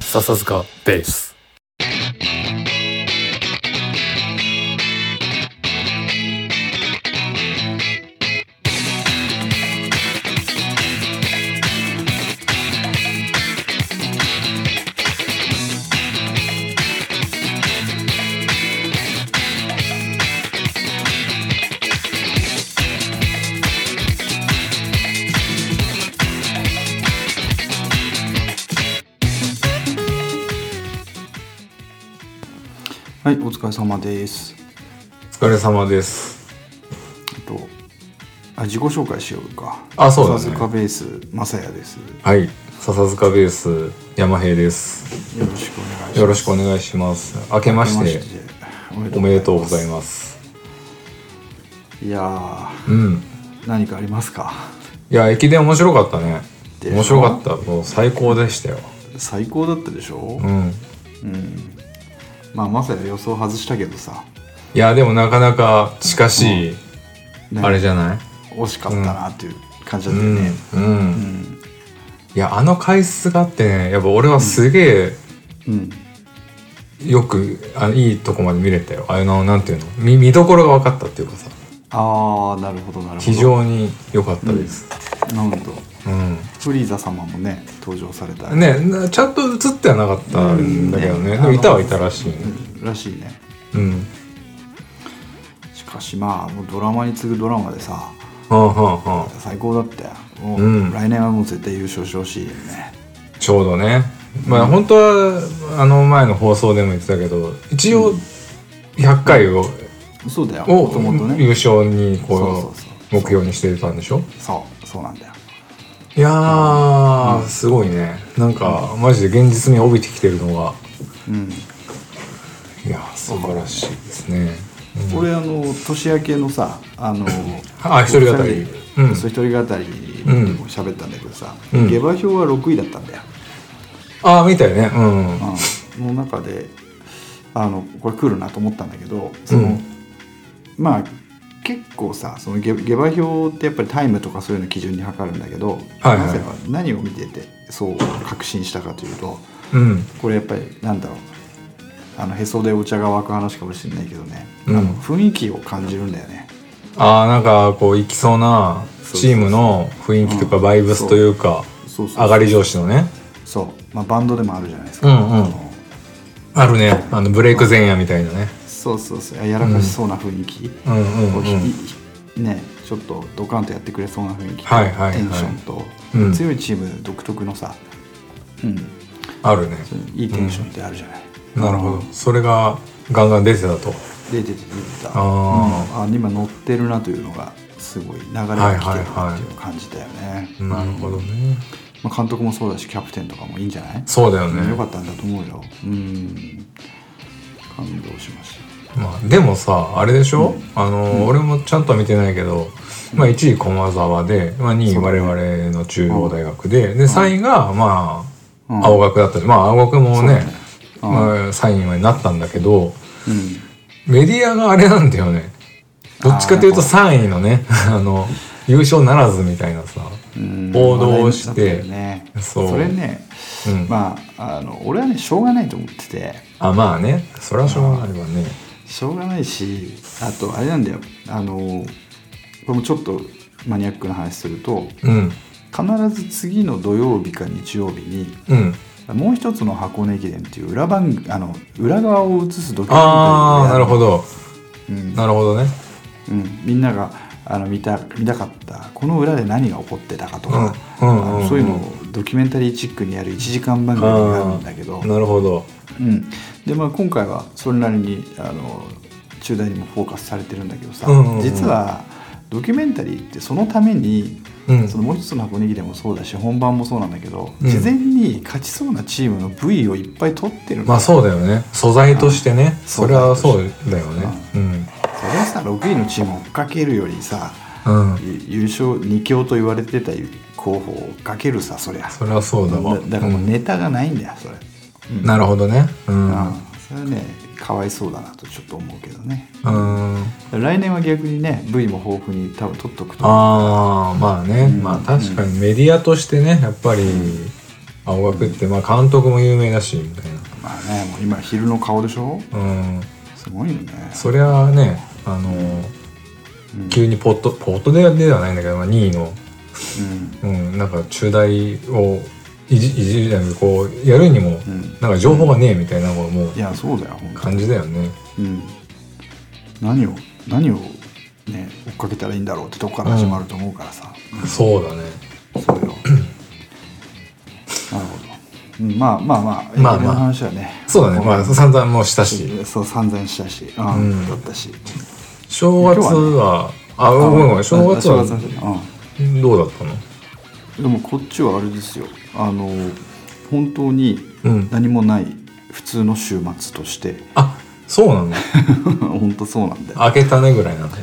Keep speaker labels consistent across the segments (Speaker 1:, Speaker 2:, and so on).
Speaker 1: 笹塚ベース
Speaker 2: はい、お疲れ様です。
Speaker 3: お疲れ様です。
Speaker 2: えっと、あ、自己紹介しようか。
Speaker 3: あそうだね
Speaker 2: 笹塚ベース、まさやです。よ
Speaker 3: はい、笹塚ベース山平です。
Speaker 2: ろしくお願いします。
Speaker 3: よろしくお願いします。明けましてお
Speaker 2: お
Speaker 3: め
Speaker 2: め
Speaker 3: で
Speaker 2: で
Speaker 3: と
Speaker 2: と
Speaker 3: う
Speaker 2: う
Speaker 3: ご
Speaker 2: ご
Speaker 3: ざ
Speaker 2: ざ
Speaker 3: い
Speaker 2: いま
Speaker 3: ます。
Speaker 2: す。いやー、
Speaker 3: うん。
Speaker 2: 何かありますか。
Speaker 3: いや、駅伝面白かったね。
Speaker 2: でしょ
Speaker 3: 面白かった。もう最高でしたよ。
Speaker 2: 最高だったでしょ
Speaker 3: う。ん。
Speaker 2: まあまさや予想外したけどさ、
Speaker 3: いや、でもなかなか近しい、
Speaker 2: ね
Speaker 3: あれじゃない
Speaker 2: 惜しかったなっていう感じだ
Speaker 3: う
Speaker 2: ったよね
Speaker 3: ん。。うん。いや、あの回数があってね、やっぱ俺はすげえ
Speaker 2: うん。
Speaker 3: よく、あいいとこまで見れたよ。あの、なんていうの見、見どころが分かったっていうかさ、
Speaker 2: ああ、なるほどなるほど。
Speaker 3: 非常に良かったです。
Speaker 2: なるほど。
Speaker 3: うん
Speaker 2: フリーザ様もね、登場された。。
Speaker 3: ねなちゃんと映ってはなかったんだけどね,、
Speaker 2: うん
Speaker 3: でもいたはいたらしいね
Speaker 2: らしいね。
Speaker 3: うん
Speaker 2: しかしまあもうドラマに次ぐドラマでさ
Speaker 3: はあはあはあ
Speaker 2: 最高だったよもう、
Speaker 3: うん
Speaker 2: 来年はもう絶対優勝してほしいよね
Speaker 3: ちょうどねまあ、本当はあの前の放送でも言ってたけど一応100回を,、
Speaker 2: そうだよ
Speaker 3: を
Speaker 2: もともと
Speaker 3: 優
Speaker 2: ね
Speaker 3: 勝にこう
Speaker 2: そうそうそう
Speaker 3: 目標にしてたんでしょ
Speaker 2: そうそうなんだよ
Speaker 3: いやー、すごいねなんか、マジで現実に帯びてきてるのが
Speaker 2: うん、
Speaker 3: いやー素晴らしいですね、
Speaker 2: 俺あの年明けのさあの
Speaker 3: あ一人語り
Speaker 2: う
Speaker 3: うん
Speaker 2: ん、そう一人語りでも喋ったんだけどさ、
Speaker 3: うん
Speaker 2: 下馬評は6位だったんだよ、
Speaker 3: ああみたいねうん
Speaker 2: うん、の中であのこれ来るなと思ったんだけどそ
Speaker 3: う
Speaker 2: の、
Speaker 3: ん
Speaker 2: まあ結構さその下下馬評ってやっぱりタイムとかそういうの基準に測るんだけど、
Speaker 3: はいはい
Speaker 2: なぜか何を見ててそう確信したかというと
Speaker 3: うん
Speaker 2: これやっぱりなんだろうあのへそでお茶が沸く話かもしれないけどね、
Speaker 3: うん
Speaker 2: あの雰囲気を感じるんだよね。
Speaker 3: ああなんかこう行きそうなチームの雰囲気とかバイブスというか
Speaker 2: そうそう
Speaker 3: 上がり上司のね
Speaker 2: そう、まあ、バンドでもあるじゃないです
Speaker 3: う
Speaker 2: か、
Speaker 3: んうんあるねあのブレイク前夜みたいなね
Speaker 2: そうそうそうやらかしそうな雰囲気、
Speaker 3: うんうん
Speaker 2: こ
Speaker 3: う
Speaker 2: うひ
Speaker 3: ん
Speaker 2: ねちょっとドカンとやってくれそうな雰囲気と、
Speaker 3: はいはいはい
Speaker 2: テンションと、
Speaker 3: うん
Speaker 2: 強いチーム独特のさ、うん、
Speaker 3: あるね
Speaker 2: いいテンションってあるじゃない、
Speaker 3: なるほどそれがガンガン出てたと
Speaker 2: で出て出てた
Speaker 3: あ
Speaker 2: うんあ今乗ってるなというのがすごい流れが来てるなっていう感じだよね、
Speaker 3: なるほどね
Speaker 2: まあ、監督もそうだしキャプテンとかもいいんじゃない
Speaker 3: そうだよ
Speaker 2: 良よか
Speaker 3: ね
Speaker 2: ったんだと思うようん感動しまし
Speaker 3: まあでもさあれでしょあの俺もちゃんとは見てないけどまあ1位駒澤でまあ2位我々の中央大学でで3位がま
Speaker 2: う
Speaker 3: あ
Speaker 2: ん
Speaker 3: 青学だったしまあ青学もね
Speaker 2: うん
Speaker 3: まあ3位までなったんだけど
Speaker 2: たうん
Speaker 3: メディアがあれなんだよねどっちかというと
Speaker 2: あ
Speaker 3: 3位のね あの優勝ならずみたいなさ
Speaker 2: うん
Speaker 3: 報道をし
Speaker 2: 話題にな
Speaker 3: て、
Speaker 2: ったよね
Speaker 3: そ
Speaker 2: そうれね
Speaker 3: うん
Speaker 2: まああの俺はねしょうがないと思ってて
Speaker 3: あまあねそれはしょうがないわね
Speaker 2: しょうがないしあとあれなんだよあのこれもちょっとマニアックな話すると
Speaker 3: うん
Speaker 2: 必ず次の土曜日か日曜日に
Speaker 3: うん
Speaker 2: もう一つの箱根駅伝っていう裏番あの裏側を映すドキュメンタリーを
Speaker 3: ああ
Speaker 2: や
Speaker 3: なるほど
Speaker 2: うん
Speaker 3: なるほどね
Speaker 2: うん、みんながあの見た見たかったこの裏で何が起こってたかとか、
Speaker 3: うんうんうんうん
Speaker 2: あのそういうのをドキュメンタリーチックにやる1時間番組になるんだけど
Speaker 3: あー、なるほど
Speaker 2: うんでまあ、今回はそれなりにあの中大にもフォーカスされてるんだけどさ、
Speaker 3: うんうんうん
Speaker 2: 実はドキュメンタリーってそのために、
Speaker 3: うん
Speaker 2: そのもう一つの箱根駅伝もそうだし本番もそうなんだけど、
Speaker 3: うん
Speaker 2: 事前に勝ちそうなチームの部位をいっぱい取ってるんだよ
Speaker 3: まあそうだよね素材としてね
Speaker 2: ん
Speaker 3: それはそうだよねうん
Speaker 2: それはさ6位のチームを追っかけるよりさ
Speaker 3: うん
Speaker 2: 優勝2強と言われてた候補を追っかけるさそりゃ
Speaker 3: それはそうだわ
Speaker 2: だだからもう
Speaker 3: うん
Speaker 2: ネタがないんだよそれ、うん
Speaker 3: なるほどねうん
Speaker 2: ああそれはねかわいそうだなとちょっと思うけどね
Speaker 3: うん
Speaker 2: 来年は逆にね V も豊富に多分取っとくと思う
Speaker 3: ああまあね、
Speaker 2: うん
Speaker 3: まあ確かにメディアとしてねやっぱり青学ってまあ監督も有名だしみたいな
Speaker 2: まあねもう今昼の顔でしょ
Speaker 3: うん
Speaker 2: すごいよね
Speaker 3: そりゃあねあの
Speaker 2: うん
Speaker 3: 急にポットポットではではないんだけど、まあ、2位の、
Speaker 2: うん
Speaker 3: うん、なんか中大をいじいじるじゃなくてこうやるにも
Speaker 2: うん
Speaker 3: なんか情報がねえみたいなのももう
Speaker 2: いやそうだよほんと
Speaker 3: 感じだよね
Speaker 2: うん何を何をね追っかけたらいいんだろうってとこから始まると思うからさ、
Speaker 3: そうだね
Speaker 2: そうよなるほど、うん、まあまあまあ駅伝
Speaker 3: まあまあ
Speaker 2: の話はね
Speaker 3: そうだねまあ散々もうしたし
Speaker 2: そう散々したし、うん
Speaker 3: うん
Speaker 2: だったし
Speaker 3: 正月はあごめんごめん正月
Speaker 2: あ正
Speaker 3: は
Speaker 2: 月は
Speaker 3: どうだったの
Speaker 2: うん、でもこっちはあれですよあの本当に
Speaker 3: うん
Speaker 2: 何もない普通の週末として
Speaker 3: あそうなの
Speaker 2: 本当そうなんだよ
Speaker 3: 開けたねぐらいなの
Speaker 2: そう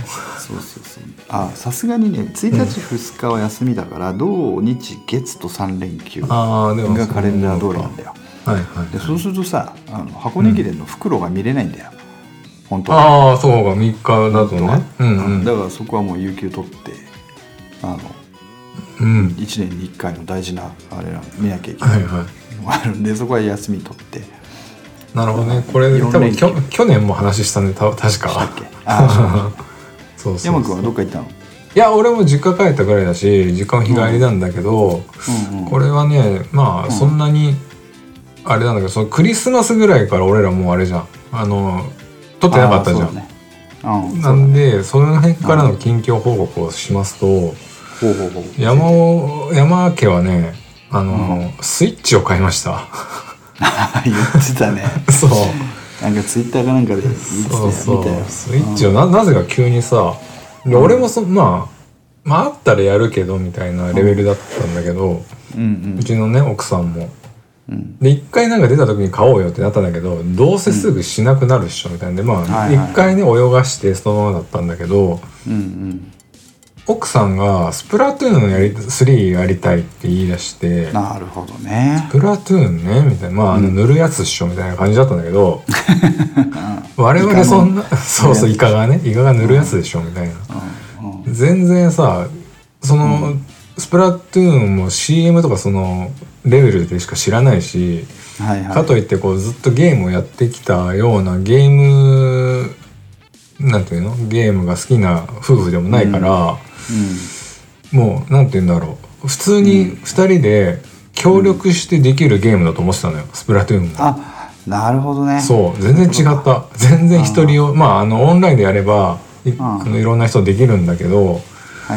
Speaker 2: そうそうあさすがにね1日2日は休みだから、土日月と3連休が
Speaker 3: ああでも
Speaker 2: カレンダー通りなんだよ
Speaker 3: はいはい
Speaker 2: でそうするとさあの箱根駅伝の袋が見れないんだよ、本当は
Speaker 3: ああそうか3日だとねうんうん
Speaker 2: だからそこはもう有給取ってあの
Speaker 3: うん
Speaker 2: 1年に1回の大事なあれな見なきゃいけな
Speaker 3: はいいは
Speaker 2: のがあるんでそこは休み取って
Speaker 3: いなるほどねこれ多
Speaker 2: 四連
Speaker 3: 分
Speaker 2: 休
Speaker 3: きょ去年も話したねた確
Speaker 2: した
Speaker 3: か
Speaker 2: っけ あ
Speaker 3: そうそうそう
Speaker 2: 山君はどっか行ったの
Speaker 3: いや俺も実家帰ったぐらいだし実家も日帰りなんだけど、
Speaker 2: うんうん
Speaker 3: これはねまあそんなにあれなんだけどそのクリスマスぐらいから俺らもうあれじゃんあの撮ってなかったじゃ
Speaker 2: あー
Speaker 3: ん、
Speaker 2: そうだねうんそ
Speaker 3: な
Speaker 2: うだ
Speaker 3: ん
Speaker 2: ね
Speaker 3: でその辺からの近況報告をしますと
Speaker 2: ほうほうほう
Speaker 3: 山尾山家はねあの、スイッチを買いました
Speaker 2: 言ってたね
Speaker 3: そう
Speaker 2: なんかツイッターかなんかで言ってた
Speaker 3: そ
Speaker 2: よ
Speaker 3: うそ
Speaker 2: 見たよ
Speaker 3: うスイッチをななぜか急にさで俺もそまあまああったらやるけどみたいなレベルだったんだけど、
Speaker 2: うん
Speaker 3: うちのね奥さんも
Speaker 2: うんうん
Speaker 3: で一回なんか出た時に買おうよってなったんだけどどうせすぐしなくなるっしょみたいなんでまあ
Speaker 2: はいはい
Speaker 3: 一回ね泳がしてそのままだったんだけど
Speaker 2: うんうん
Speaker 3: 奥さんがスプラトゥーンやり3やりたいって言い出して
Speaker 2: なるほどね
Speaker 3: スプラトゥーンねみたいなまああの塗るやつっしょみたいな感じだったんだけど 我々そんなそうそうイカがねイカが塗るやつでしょみたいな
Speaker 2: うんうん
Speaker 3: 全然さそのスプラトゥーンも CM とかそのレベルでしか知らないし
Speaker 2: はいはい
Speaker 3: かといってこうずっとゲームをやってきたようなゲームなんていうのゲームが好きな夫婦でもないから、もうなんていうんだろう普通に2人で協力してできるゲームだと思ってたのよスプラトゥーンも。
Speaker 2: あなるほどね
Speaker 3: そう全然違った全然一人をまああのオンラインでやればい
Speaker 2: あ
Speaker 3: あのいろんな人できるんだけど
Speaker 2: はいは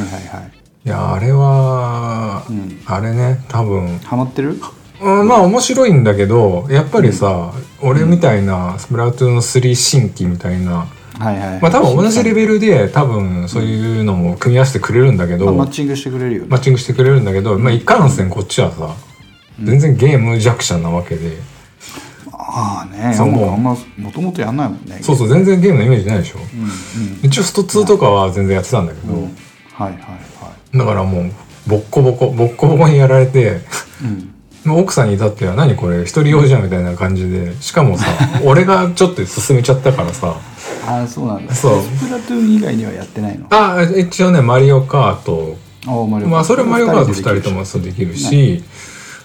Speaker 2: いはい
Speaker 3: いやあれは、
Speaker 2: うん
Speaker 3: あれね多分
Speaker 2: ハマってる
Speaker 3: うん、まあ面白いんだけどやっぱりさ、俺みたいな「スプラトゥーン3新規」みたいな、
Speaker 2: はいはい
Speaker 3: まあ、多分同じレベルで多分そういうのも組み合わせてくれるんだけど、
Speaker 2: あマ
Speaker 3: マ
Speaker 2: ッチングしてくれるよね
Speaker 3: ッチングしてくれるんだけど、まあ、いかんせんこっちはさ、全然ゲーム弱者なわけで、
Speaker 2: ああね
Speaker 3: そう
Speaker 2: もうあんまもともとやんないもんね
Speaker 3: そうそう全然ゲームのイメージないでしょ、
Speaker 2: うんうん
Speaker 3: 一応スト2とかは全然やってたんだけど、
Speaker 2: うんはいはいは
Speaker 3: だからもうボッコボコボッコボコにやられて。
Speaker 2: いうん
Speaker 3: もう奥さんに至っては何これ一人用じゃんみたいな感じでしかも さ俺がちょっと進めちゃったからさ
Speaker 2: ああそうなんだ
Speaker 3: そう
Speaker 2: スプラトゥーン以外にはやってないの
Speaker 3: あ一応ね「マリオカート
Speaker 2: ああマ」
Speaker 3: まあそれは「マリオカート」2人ともそうできるし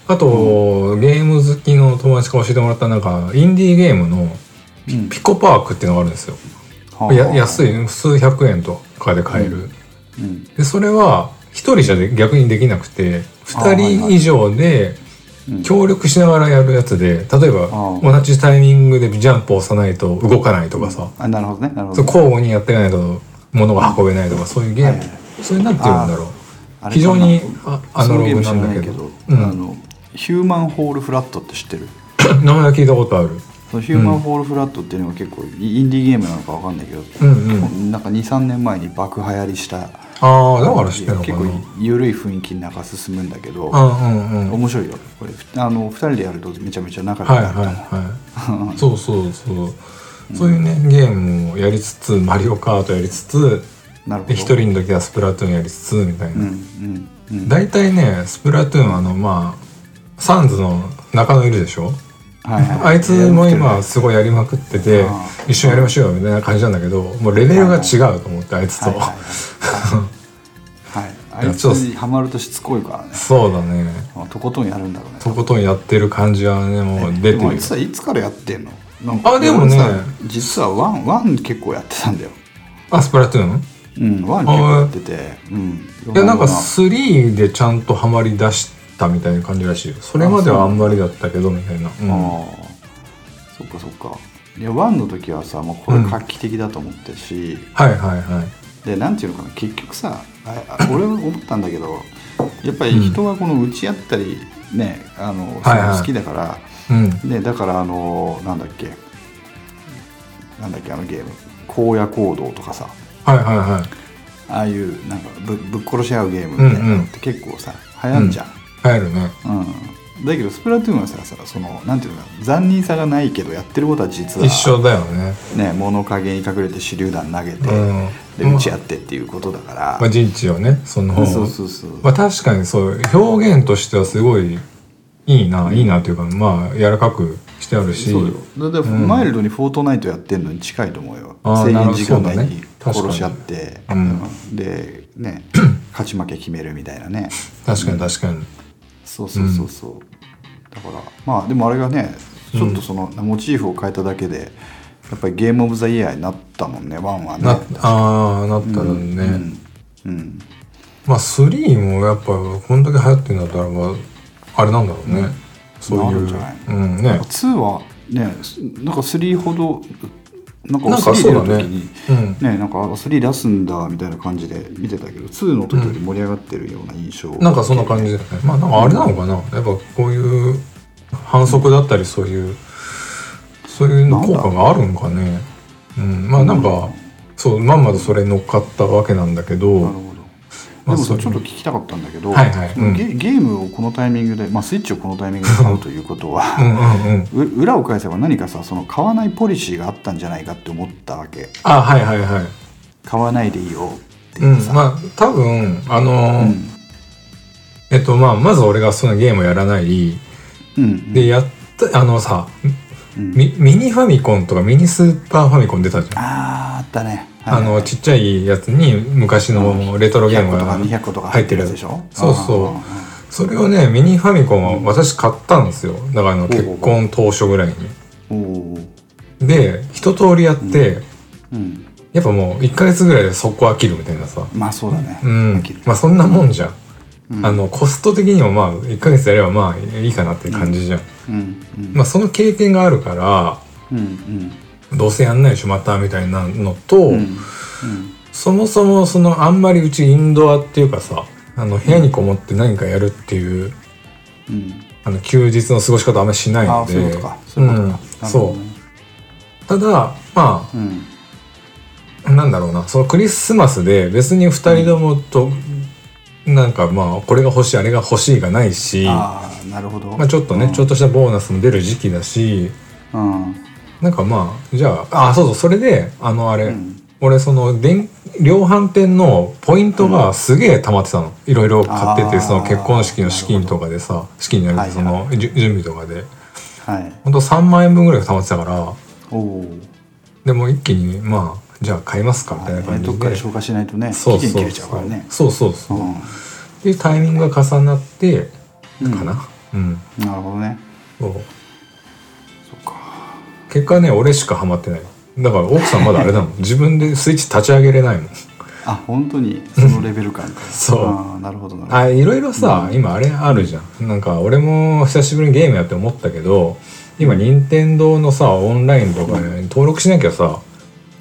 Speaker 3: あとゲーム好きの友達から教えてもらったなんかインディーゲームの
Speaker 2: うん
Speaker 3: ピコパークっていうのがあるんですよ、や安
Speaker 2: い
Speaker 3: い普通100円とかで買える、
Speaker 2: うん
Speaker 3: でそれは1人じゃで逆にできなくて2人以上で
Speaker 2: うん
Speaker 3: 協力しながらやるやつで例えば
Speaker 2: ー
Speaker 3: 同じタイミングでジャンプを押さないと動かないとかさ、
Speaker 2: あなるほどねなるほ
Speaker 3: そう
Speaker 2: ど
Speaker 3: 交互にやっていかないと物が運べないとかそういうゲーム、
Speaker 2: はいは
Speaker 3: それなんて言うんだろ
Speaker 2: あ
Speaker 3: う
Speaker 2: れ
Speaker 3: 非常にあアナログな
Speaker 2: その
Speaker 3: んだ
Speaker 2: ゲーム知らない
Speaker 3: け
Speaker 2: け
Speaker 3: ど
Speaker 2: ど
Speaker 3: う
Speaker 2: あ
Speaker 3: ん
Speaker 2: のヒューマンホールフラットって知ってる
Speaker 3: 名前は聞いたことある
Speaker 2: そのヒューマンホールフラットっていうのは結構インディーゲームなのかわかんないけど
Speaker 3: うんうん
Speaker 2: なんか23年前に爆流行りした
Speaker 3: ああだから知ってるのか
Speaker 2: 結
Speaker 3: な
Speaker 2: 構緩い雰囲気の中進むんだけど
Speaker 3: うんうんうん
Speaker 2: 面白いよこれあの2人でやるとめちゃめちゃ仲良く
Speaker 3: はいは
Speaker 2: なる
Speaker 3: いはいそうそうそうそういうねゲームをやりつつマリオカートやりつつ
Speaker 2: なるほ
Speaker 3: で
Speaker 2: ど
Speaker 3: 1人の時はスプラトゥーンやりつつみたい
Speaker 2: うん
Speaker 3: な、
Speaker 2: うんうん
Speaker 3: 大体ねスプラトゥーンはあのまあサンズの中野いるでしょ
Speaker 2: はいは
Speaker 3: あ
Speaker 2: い
Speaker 3: いつも今すごいやりまくってて
Speaker 2: あ
Speaker 3: 一緒にやりましょうよみたいな感じなんだけどもうレベルが違うと思ってあいつと
Speaker 2: はいはいはいはい、はいあいつにハマるとしつこいからね
Speaker 3: そうだね
Speaker 2: まあとことんやるんだろうね
Speaker 3: とことんやってる感じはねもう出て
Speaker 2: で
Speaker 3: るよ
Speaker 2: もあいつはいつからやってんのなんか
Speaker 3: あでもね
Speaker 2: 俺さ実はワンワン結構やってたんだよ
Speaker 3: あスプラトゥーン
Speaker 2: うんワン結構やっててうん
Speaker 3: いやなんか3でちゃんとハマり出したみたいな感じらしいよそれまではあんまりだったけどみたいな
Speaker 2: あ
Speaker 3: うん
Speaker 2: あそっかそっかいやワンの時はさもうこれ画期的だと思ったし、
Speaker 3: はいはいはい
Speaker 2: でなんていうのかな結局さああ俺思ったんだけどやっぱり人がこの打ち合ったりねあの、
Speaker 3: はいはい
Speaker 2: そういうの好きだから、
Speaker 3: うん
Speaker 2: ね、だからあのなんだっけなんだっけあのゲーム荒野行動とかさ
Speaker 3: はいはいはい
Speaker 2: ああいうなんかぶぶっ殺し合うゲームみたいなのって結構さ、流行んじゃん、
Speaker 3: 入るね
Speaker 2: うんだけどスプラトゥーンはささそのなんていうのかな残忍さがないけどやってることは実は
Speaker 3: 一緒だよね
Speaker 2: ね物陰に隠れて手榴弾投げて、
Speaker 3: うん
Speaker 2: で打ち合ってっていうことだから、
Speaker 3: まあ陣地をねその
Speaker 2: そうそうそう、
Speaker 3: まあ確かにそう表現としてはすごいいいな、いいなというかまあ柔らかくしてあるし
Speaker 2: そうよだってマイルドに「フォートナイト」やってるのに近いと思うよ、
Speaker 3: あー
Speaker 2: 制限時間内に
Speaker 3: なるほどそうだね
Speaker 2: 殺し合って、
Speaker 3: 確かに
Speaker 2: うんでね勝ち負け決めるみたいなね
Speaker 3: 確かに確かに、
Speaker 2: そうそうそうそう、だからまあでもあれがねちょっとそのモチーフを変えただけでやっぱりゲームオブザイヤーになったもんねワンはね
Speaker 3: なああなったのね、
Speaker 2: うん、うん
Speaker 3: まあ3もやっぱこんだけ流行ってるんだったらまああれなんだろうね、そうい
Speaker 2: なる
Speaker 3: うん
Speaker 2: じゃない
Speaker 3: うんね
Speaker 2: 2はねすなんか3ほどなんか
Speaker 3: なんか
Speaker 2: 3出る
Speaker 3: そうだね
Speaker 2: 時に
Speaker 3: うん
Speaker 2: ねなんかあ3出すんだみたいな感じで見てたけど2の時より盛り上がってるような印象、
Speaker 3: なんかそんな感じだよねまあなんかあれなのかなやっぱこういう反則だったりそういうそういう効果があるんかねうんまあなんかそうまんまとそれに乗っかったわけなんだけど
Speaker 2: なるほど
Speaker 3: まあ
Speaker 2: でも
Speaker 3: そ
Speaker 2: さ
Speaker 3: う
Speaker 2: ちょっと聞きたかったんだけど、
Speaker 3: はいはい
Speaker 2: その
Speaker 3: うん
Speaker 2: ゲゲームをこのタイミングで、まあ、スイッチをこのタイミングで買うということ
Speaker 3: う
Speaker 2: は、
Speaker 3: んうんうん
Speaker 2: う裏を返せば何かさその買わないポリシーがあったんじゃないかって思ったわけ
Speaker 3: あはいはいはい
Speaker 2: 買わないでいいよって
Speaker 3: う
Speaker 2: いうんさ、
Speaker 3: まあ多分あのー
Speaker 2: うん
Speaker 3: えっとまあまず俺がそのゲームをやらない
Speaker 2: うんうん
Speaker 3: でやったあのさ
Speaker 2: うん
Speaker 3: ミミニファミコンとかミニスーパーファミコン出たじゃん。
Speaker 2: あーあったね、
Speaker 3: あのちっちゃいやつに昔のレトロゲーム
Speaker 2: 100個と
Speaker 3: が
Speaker 2: か200個とか入ってるやつでしょ
Speaker 3: そうそう
Speaker 2: あ
Speaker 3: それをねミニファミコンは私買ったんですよだからあの
Speaker 2: ほうほう
Speaker 3: 結
Speaker 2: ほう
Speaker 3: 婚当初ぐらいに。
Speaker 2: ーおー
Speaker 3: で一通りやって、
Speaker 2: うん
Speaker 3: やっぱもう1ヶ月ぐらいでそこ飽きるみたいなさ
Speaker 2: まあそうだね
Speaker 3: うん
Speaker 2: 飽きる
Speaker 3: まあそんなもんじゃん、
Speaker 2: うん
Speaker 3: あのコスト的にもまあ1ヶ月やればまあいいかなっていう感じじゃん、
Speaker 2: うんうん
Speaker 3: まあその経験があるから
Speaker 2: うんうん
Speaker 3: どうせやんないでしょまたみたいなのと、
Speaker 2: うんうん
Speaker 3: そもそもそのあんまりうちインドアっていうかさあの部屋にこもって何かやるっていう、
Speaker 2: うん
Speaker 3: あの休日の過ごし方あんまりしない
Speaker 2: あ
Speaker 3: の
Speaker 2: あ
Speaker 3: で
Speaker 2: そういうことかそういうことか
Speaker 3: うん
Speaker 2: なるほ
Speaker 3: そ
Speaker 2: どね
Speaker 3: うただま
Speaker 2: うん
Speaker 3: あなんだろうなそのクリスマスで別に2人ともと、なんかまあこれが欲しいあれが欲しいがないし
Speaker 2: ああなるほど
Speaker 3: まあ、ちょっとね、
Speaker 2: うん
Speaker 3: ちょっとしたボーナスも出る時期だし
Speaker 2: うん
Speaker 3: なんかまあじゃああそうそうそれであのあれ、
Speaker 2: うん
Speaker 3: 俺その電量販店のポイントがすげえ溜まってたの、いろいろ買って
Speaker 2: あー
Speaker 3: てその結婚式の資金とかでさ資金じゃなくてそ
Speaker 2: は
Speaker 3: の、じゅ準備とかで
Speaker 2: はい
Speaker 3: ほんと3万円分ぐらいが溜まってたから
Speaker 2: おお
Speaker 3: でも一気にまあじゃあ買いますかみたいな
Speaker 2: ね
Speaker 3: 感
Speaker 2: ど
Speaker 3: じ
Speaker 2: っか
Speaker 3: で
Speaker 2: で消化しないとね
Speaker 3: そう
Speaker 2: 期限
Speaker 3: そ
Speaker 2: 切
Speaker 3: う
Speaker 2: れちゃう
Speaker 3: そ
Speaker 2: から
Speaker 3: う
Speaker 2: ね
Speaker 3: そうそうそう
Speaker 2: う
Speaker 3: っていうタイミングが重なって
Speaker 2: ん
Speaker 3: かなうん、
Speaker 2: うんなるほどね
Speaker 3: そう
Speaker 2: そっか
Speaker 3: 結果ね俺しかハマってないだから奥さんまだあれだも ん自分でスイッチ立ち上げれないもん
Speaker 2: あ本当にそのレベル感か
Speaker 3: そう
Speaker 2: ああなるほどなるほど
Speaker 3: あいろいろさ、今あれあるじゃんなんか俺も久しぶりにゲームやって思ったけど今任天堂のさオンラインとかに登録しなきゃさ、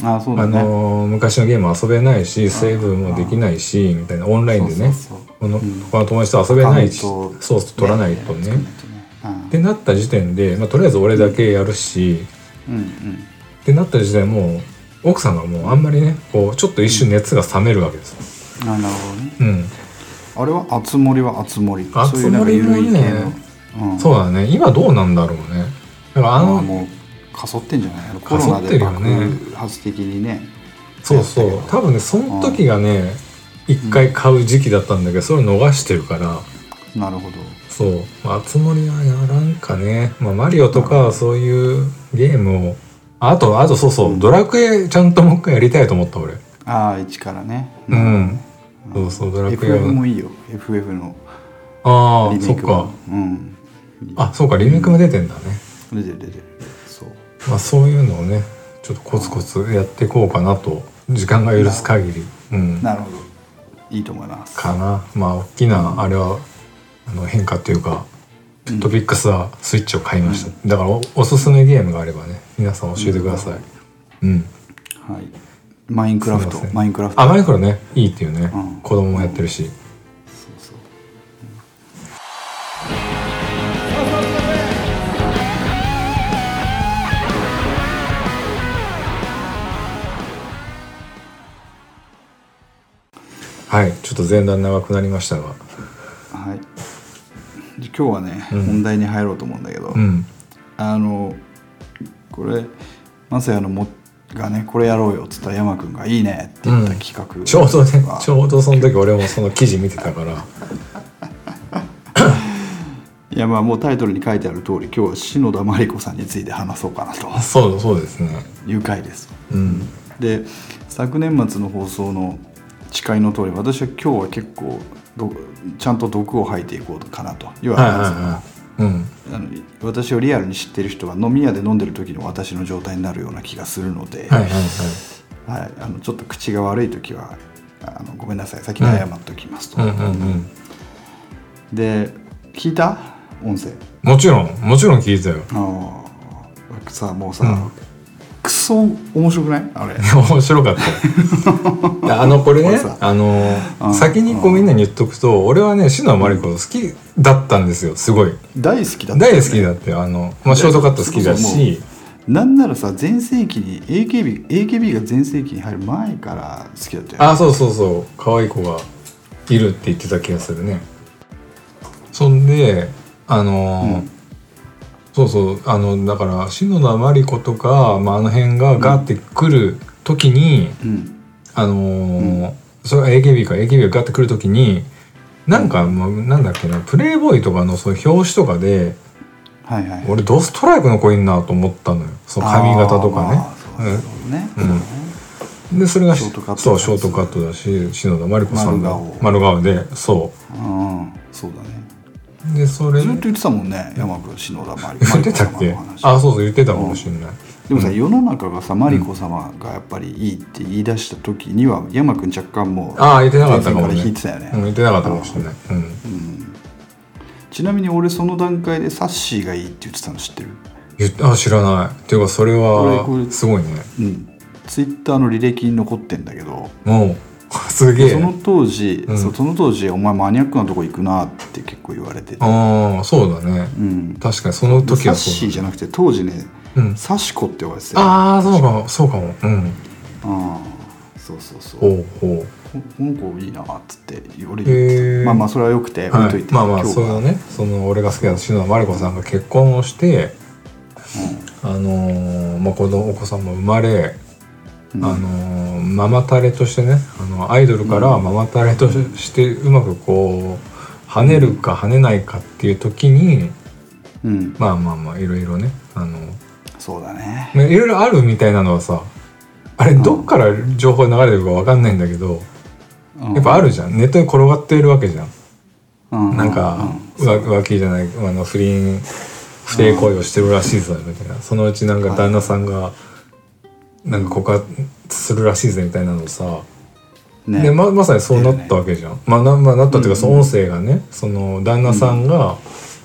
Speaker 2: ああそう
Speaker 3: あ
Speaker 2: だね
Speaker 3: のー昔のゲーム遊べないしセーブもできないしみたいなオンラインでね
Speaker 2: そうそうそう
Speaker 3: この
Speaker 2: うん
Speaker 3: 他の友達と遊べないし
Speaker 2: アカウントを
Speaker 3: そう取らないとね。
Speaker 2: うん
Speaker 3: ってなった時点で、まあ、とりあえず俺だけやるし、
Speaker 2: うんうん
Speaker 3: ってなった時点でもう奥さんがもうあんまりねこうちょっと一瞬熱が冷めるわけですよ。
Speaker 2: あなるほどね
Speaker 3: うん、
Speaker 2: あれは「あつ森」は「あつ森」
Speaker 3: あ
Speaker 2: そういうなんか
Speaker 3: つ森も
Speaker 2: 緩
Speaker 3: ね
Speaker 2: い系の、うん、
Speaker 3: そうだね今どうなんだろうね。だからあ
Speaker 2: あ
Speaker 3: の、
Speaker 2: のもうかそってんじゃないコ
Speaker 3: か
Speaker 2: ロ
Speaker 3: そ
Speaker 2: ナ
Speaker 3: って
Speaker 2: で
Speaker 3: るよ
Speaker 2: 爆
Speaker 3: ね
Speaker 2: 発的にね
Speaker 3: そうそ
Speaker 2: やっ
Speaker 3: う
Speaker 2: たけど
Speaker 3: 多分ねその時がね一回買う時期だったんだけどそれを逃してるから
Speaker 2: なるほど
Speaker 3: そうまあつ森はやらんかね、まあ、マリオとかそういうゲームをあとあとそうそう、ドラクエちゃんともう一回やりたいと思った俺
Speaker 2: ああ一からね
Speaker 3: うんそうそうドラクエ
Speaker 2: FF
Speaker 3: は
Speaker 2: もいいよ FF の
Speaker 3: あ
Speaker 2: リ
Speaker 3: あ
Speaker 2: メ
Speaker 3: そ
Speaker 2: イ
Speaker 3: っ
Speaker 2: ク
Speaker 3: か
Speaker 2: もうん
Speaker 3: あそうかリメイクも出てんだね、
Speaker 2: 出てる出てるそう
Speaker 3: まあ、そういうのをねちょっとコツコツやっていこうかなと時間が許す限り、うん、
Speaker 2: なるほどいいと思います
Speaker 3: かなまあ大きなあれはあの変化というかトピックスはスイッチを買いました、だからおおすすめゲームがあればね皆さん教えてください、うん、
Speaker 2: はいマインクラフ
Speaker 3: すい
Speaker 2: ト
Speaker 3: ません
Speaker 2: マインクラフト
Speaker 3: あマイクロねいいっていうね、
Speaker 2: うん
Speaker 3: 子供もやってるし、
Speaker 2: そうそう
Speaker 3: はいちょっと前段長くなりましたが
Speaker 2: はいで今日はね、本題に入ろうと思うんだけど、
Speaker 3: うん
Speaker 2: あのこれまさやのもがねこれやろうよっつったら山君が「いいね」って言った企画、
Speaker 3: ちょうどね
Speaker 2: は
Speaker 3: ちょうどその時俺もその記事見てたから
Speaker 2: いやまあもうタイトルに書いてある通り今日は篠田真理子さんについて話そうか なと
Speaker 3: あそうそうですね
Speaker 2: いう回です
Speaker 3: うん
Speaker 2: で昨年末の放送の誓いの通り私は今日は結構どちゃんと毒を吐いていこうかなと要は,、
Speaker 3: はいはいはいうん
Speaker 2: あの私をリアルに知ってる人は飲み屋で飲んでる時の私の状態になるような気がするので、
Speaker 3: はいはいはい
Speaker 2: はい、あのちょっと口が悪い時はあのごめんなさい先に謝っておきますと、
Speaker 3: うんうんうん
Speaker 2: で聞いた音声
Speaker 3: もちろんもちろん聞いたよ
Speaker 2: ああさもうさ、クソ面白くない あれ
Speaker 3: 面白かった よあのこれ
Speaker 2: こ
Speaker 3: ね
Speaker 2: れさ
Speaker 3: あの
Speaker 2: うん
Speaker 3: 先にこうみんなに言っとくと俺はね篠真理子好きだったんですよすごい
Speaker 2: 大好きだったよ
Speaker 3: 大
Speaker 2: ね
Speaker 3: 好きだってあの、まあ、ショートカット好きだし
Speaker 2: なんならさ全盛期に AKB, AKB が全盛期に入る前から好きだったよね
Speaker 3: あそうそうそう可愛い子がいるって言ってた気がするねそんであのー
Speaker 2: うん
Speaker 3: そうそうあのだから篠田麻里子とか、まあ、あの辺がガーって来る時に、
Speaker 2: うん
Speaker 3: あのーそれは AKB か AKB がガーって来る時になんか、まあ、なんだっけなプレイボーイとかのそういう表紙とかで
Speaker 2: はいはい
Speaker 3: 俺ドストライクの子いんなと思ったのよその髪型とかね
Speaker 2: あーまあそうね、
Speaker 3: うんでそれが
Speaker 2: ショートカット
Speaker 3: そうショートカットだし篠田麻里子さんが
Speaker 2: 丸顔
Speaker 3: 丸顔でそ
Speaker 2: うん、うん、そうだね
Speaker 3: うでそれ
Speaker 2: ずっと言ってたもんね山君篠田真理
Speaker 3: 言ってたっけ
Speaker 2: マリコ様の話
Speaker 3: あそうそう言ってたかもしれない、
Speaker 2: でもさ、世の中がさマリコ様がやっぱりいいって言い出した時には、山くん若干もう
Speaker 3: ああ言ってなかったかも
Speaker 2: 前
Speaker 3: ね
Speaker 2: 線から引いてたよね、
Speaker 3: うん、言ってなかったかもしれない、うん、
Speaker 2: ちなみに俺その段階でサッシーがいいって言ってたの知ってる
Speaker 3: 言っあ知らないっていうかそれ
Speaker 2: これこ
Speaker 3: は
Speaker 2: れ
Speaker 3: すごいね
Speaker 2: うんツイッターの履歴に残ってんだけど
Speaker 3: もう すげ
Speaker 2: そ
Speaker 3: え
Speaker 2: の当時、
Speaker 3: うん
Speaker 2: そうその当時お前マニアックなとこ行くなって結構言われてて、
Speaker 3: ああそうだね
Speaker 2: うん、
Speaker 3: 確かにその時
Speaker 2: サッ
Speaker 3: は
Speaker 2: シ
Speaker 3: そ
Speaker 2: ー
Speaker 3: う
Speaker 2: じゃなくて当時ね
Speaker 3: だ、うん、
Speaker 2: サシコって呼ばれてたよ
Speaker 3: ああそうかもそうかもうん
Speaker 2: うんそうそうそう
Speaker 3: ほうほう
Speaker 2: ここの子いいなっつって俺言ってた、
Speaker 3: へー
Speaker 2: まあまあそれはよくて置い
Speaker 3: は
Speaker 2: とい
Speaker 3: い、
Speaker 2: て、
Speaker 3: まあまあ
Speaker 2: 今日
Speaker 3: そ
Speaker 2: は
Speaker 3: のねその俺が好きな篠田麻里子さんが結婚をして、あのーまあ、このお子さんも生まれ、
Speaker 2: うん
Speaker 3: あのーママタレとしてねあのアイドルからママタレとしてうまくこう跳ねるか跳ねないかっていう時に
Speaker 2: うん
Speaker 3: まあまあまあいろいろねあの
Speaker 2: そうだね
Speaker 3: ねいろいろあるみたいなのはさあれどっから情報が流れてるかわかんないんだけど
Speaker 2: うん
Speaker 3: やっぱあるじゃんネットに転がっているわけじゃん。
Speaker 2: うん
Speaker 3: なんか、うわ浮気じゃないあの不倫不貞行為をしてるらしいぞみたいなそのうちなんか旦那さんがなんか告発するらしいぜみたいなのさ、
Speaker 2: うんね
Speaker 3: でままさにそうなったわけじゃん、まあなまあ、なったっていうか、その音声がねその旦那さんが、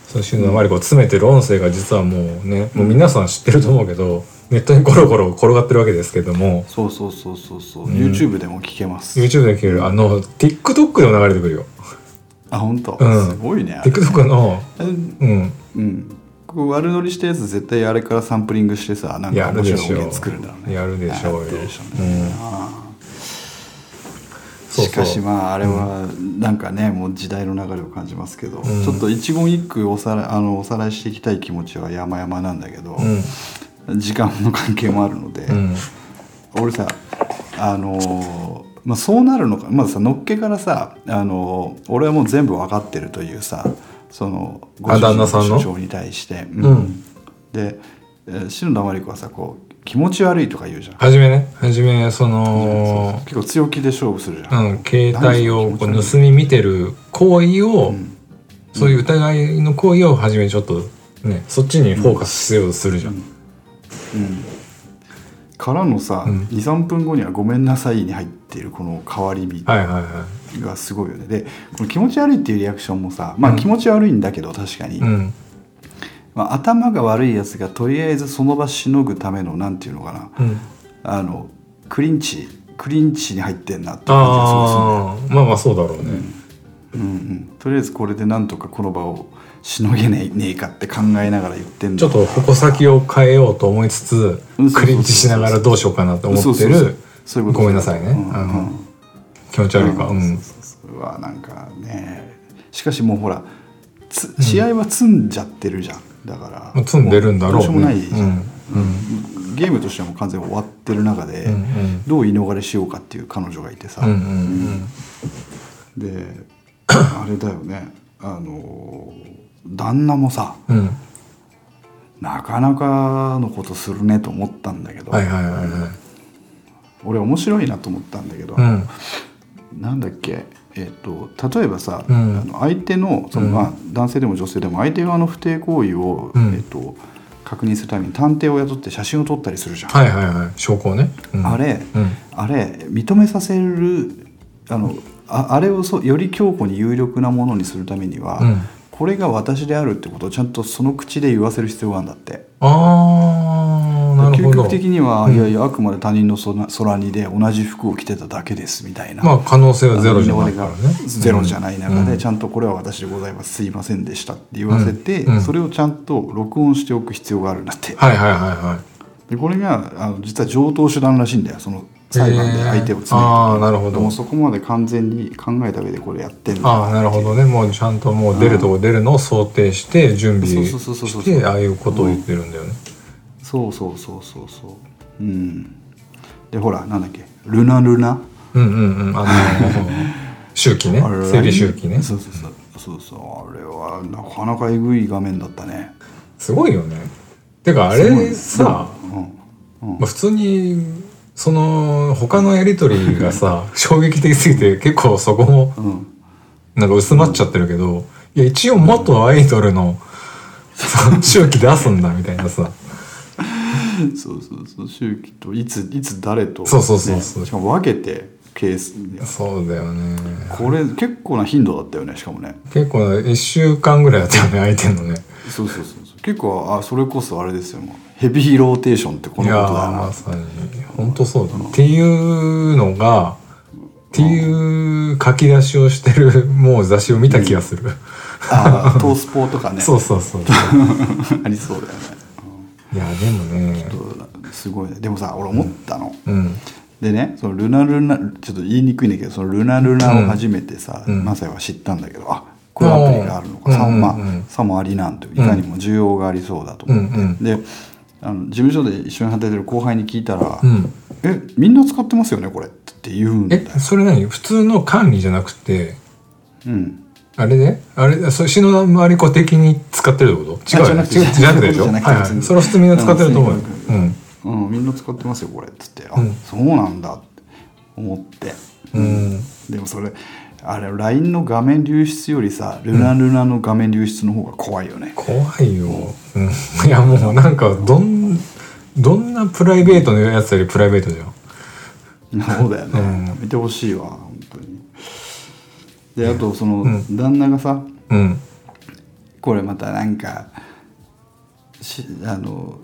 Speaker 3: その篠田麻里子を詰めてる音声が実はもうね、もう皆さん知ってると思うけどネットにゴロゴロ転がってるわけですけども
Speaker 2: そうそうそうそうそう、YouTube でも聞けます、
Speaker 3: YouTube で聞けるあの TikTok でも流れてくるよ
Speaker 2: あ本当、
Speaker 3: うん
Speaker 2: すごいねあれ
Speaker 3: TikTok のうん
Speaker 2: うんこう悪乗りしたやつ絶対あれからサンプリングしてさなんか
Speaker 3: やる
Speaker 2: 面
Speaker 3: で
Speaker 2: 白い
Speaker 3: しょ
Speaker 2: 音源作るんだろう
Speaker 3: う
Speaker 2: ね
Speaker 3: やるでしょう
Speaker 2: や
Speaker 3: よ
Speaker 2: ってるでしょう
Speaker 3: う
Speaker 2: ね、
Speaker 3: ん
Speaker 2: ああ
Speaker 3: そうそう
Speaker 2: しかしまああれはなんかね、もう時代の流れを感じますけど、
Speaker 3: ん
Speaker 2: ちょっと一言一句おさらあのおさらいしていきたい気持ちは山々なんだけど、
Speaker 3: うん
Speaker 2: 時間の関係もあるので、
Speaker 3: うん
Speaker 2: 俺さあのーまあ、そうなるのかまずさのっけからさ、あのー俺はもう全部わかってるというさそのご主
Speaker 3: あ旦那さん
Speaker 2: 人
Speaker 3: の
Speaker 2: の主張に対して、
Speaker 3: うん
Speaker 2: でえー篠田真理子はさこう気持ち悪いとか言うじゃん
Speaker 3: 初めね初めその
Speaker 2: 結構強気で勝負するじゃん、
Speaker 3: うん、携帯をこう盗み見てる行為を、そういう疑いの行為を初めちょっとねそっちにフォーカスしようとするじゃん、
Speaker 2: うん、からのさ、
Speaker 3: うん
Speaker 2: 23分後には「ごめんなさい」に入っているこの変わり身
Speaker 3: はいはいは
Speaker 2: がすごいよねでこの気持ち悪いっていうリアクションもさまあ気持ち悪いんだけど確かに、
Speaker 3: いうん
Speaker 2: まあ、頭が悪いやつがとりあえずその場しのぐためのなんていうのかな
Speaker 3: うん
Speaker 2: あのクリンチクリンチに入ってんなって感じがすごいす
Speaker 3: ああ
Speaker 2: るね
Speaker 3: まあまあそうだろうね、
Speaker 2: うんうん、とりあえずこれでなんとかこの場をしのげねえねえかって考えながら言ってんだ
Speaker 3: ちょっと矛先を変えようと思いつつ
Speaker 2: うんそうそうそうそう
Speaker 3: クリンチしながらどうしようかなと思
Speaker 2: そう
Speaker 3: って
Speaker 2: そうそう
Speaker 3: る
Speaker 2: そういうこと
Speaker 3: ごめんなさいね
Speaker 2: うん
Speaker 3: あ
Speaker 2: う
Speaker 3: の
Speaker 2: ん
Speaker 3: 気持ち悪いかうん、
Speaker 2: そうそうそううわなんかねしかしもうほらつ試合は積んじゃってるじゃんだから、
Speaker 3: まあ積んでるんだろう
Speaker 2: どうしようもない
Speaker 3: ね
Speaker 2: じ
Speaker 3: う
Speaker 2: ゃん
Speaker 3: んうん
Speaker 2: ゲームとしてはもう完全に終わってる中で、
Speaker 3: うんうん
Speaker 2: どう言い逃れしようかっていう彼女がいてさ、
Speaker 3: うんうん
Speaker 2: であれだよねあの旦那もさ
Speaker 3: うんうん
Speaker 2: なかなかのことするねと思ったんだけど、
Speaker 3: はいはいはいはい
Speaker 2: 俺面白いなと思ったんだけど、
Speaker 3: うん
Speaker 2: なんだっけ、えっと例えばさ、
Speaker 3: うん
Speaker 2: あの相手のその、
Speaker 3: うん
Speaker 2: まあ、男性でも女性でも相手側の不貞行為を、
Speaker 3: うん
Speaker 2: えっと確認するために探偵を雇って写真を撮ったりするじゃん、
Speaker 3: はいはいはい証拠をね、うん、
Speaker 2: あれ、
Speaker 3: うん
Speaker 2: あれ認めさせるあのああれをそより強固に有力なものにするためには、
Speaker 3: うん
Speaker 2: これが私であるってことをちゃんとその口で言わせる必要があるんだって。
Speaker 3: ああなるほ
Speaker 2: 究
Speaker 3: ど
Speaker 2: 極的には、
Speaker 3: うん
Speaker 2: いやいやあくまで他人の空空にで同じ服を着てただけですみたいな、
Speaker 3: まあ可能性はゼロじゃないからね
Speaker 2: ゼロじゃない中で、
Speaker 3: うん
Speaker 2: ちゃんとこれは私でございますすいませんでしたって言わせて、
Speaker 3: うんうん
Speaker 2: それをちゃんと録音しておく必要があるんだって、
Speaker 3: はいはいはいはい
Speaker 2: でこれがあの実は上等手段らしいんだよその裁判で相手を
Speaker 3: えー
Speaker 2: 詰め
Speaker 3: ああなるほ
Speaker 2: る、
Speaker 3: ど
Speaker 2: もうそこまで完全に考えた上でこれやってんだ
Speaker 3: ああなるほどねもうちゃんともう出るとこ出るのを想定して準備
Speaker 2: そうそうそうそう
Speaker 3: し
Speaker 2: そう
Speaker 3: てああいうことを言ってるんだよね、
Speaker 2: そうそうそうそうそううんでほらなんだっけルナルナ
Speaker 3: うん、うんうんあの周期ね
Speaker 2: あれ
Speaker 3: 生理周期ね
Speaker 2: そうそうそうそうそうあれはなかなかえぐい画面だったね
Speaker 3: すごいよねてかあれさ、
Speaker 2: うんうん
Speaker 3: まあ、普通にその他のやり取りが さ衝撃的すぎて結構そこも
Speaker 2: うん
Speaker 3: なんか薄まっちゃってるけど、いや一応元アイドルのその周期出すんだみたいなさ
Speaker 2: そうそうそう周期といついつ誰と、
Speaker 3: そうそうそうそう
Speaker 2: ねしかも分けてケースいや
Speaker 3: そうだよね
Speaker 2: これ結構な頻度だったよねしかもね
Speaker 3: 結構1週間ぐらいだったよね相手のね
Speaker 2: そうそうそうそう結構あそれこそあれですよもうヘビーローテーションってこのことだよ
Speaker 3: いやー
Speaker 2: な
Speaker 3: まさに本当そうだ、っていうのがっていう書き出しをしてるもう雑誌を見た気がする、
Speaker 2: あートースポーとかね
Speaker 3: そうそう そう
Speaker 2: ありそうだよね
Speaker 3: いやでもね
Speaker 2: そうだすごいねでもさ俺思ったの、
Speaker 3: うん
Speaker 2: でねそのルナルナちょっと言いにくいんだけどそのルナルナを初めてさ、
Speaker 3: うん
Speaker 2: マサイは知ったんだけどあこういうアプリがあるのか、
Speaker 3: うん
Speaker 2: さ
Speaker 3: うん
Speaker 2: ま
Speaker 3: うん
Speaker 2: あさもありなんといかにも需要がありそうだと
Speaker 3: う
Speaker 2: 思って、
Speaker 3: ん
Speaker 2: であの事務所で一緒に働いてる後輩に聞いたら「
Speaker 3: うんうん
Speaker 2: えみんな使ってますよねこれ」って言うんだ
Speaker 3: え
Speaker 2: よ、
Speaker 3: それ何普通の管理じゃなくて
Speaker 2: うん、
Speaker 3: あれねあれそれ篠田麻里子的に使ってるってこと違うよね
Speaker 2: あじゃ
Speaker 3: 違う
Speaker 2: なくて
Speaker 3: じゃなくてでしょ
Speaker 2: じ
Speaker 3: は
Speaker 2: ゃないくて
Speaker 3: は
Speaker 2: 別に
Speaker 3: いそれは普通みんな使ってると思うよ
Speaker 2: う
Speaker 3: うん
Speaker 2: うん、みんな使ってますよこれっつって「あ、
Speaker 3: うん
Speaker 2: そうなんだ」って思って
Speaker 3: うん
Speaker 2: でもそれあれ LINE の画面流出よりさルナルナの画面流出の方が怖いよね、
Speaker 3: 怖いよ、うん、い やもうなんかどんどんなプライベートのやつよりプライベートじゃん
Speaker 2: そうだよね、
Speaker 3: うん
Speaker 2: やめてほしいわ本当にであとその
Speaker 3: うん
Speaker 2: 旦那がさ、
Speaker 3: うん
Speaker 2: これまたなんかしあの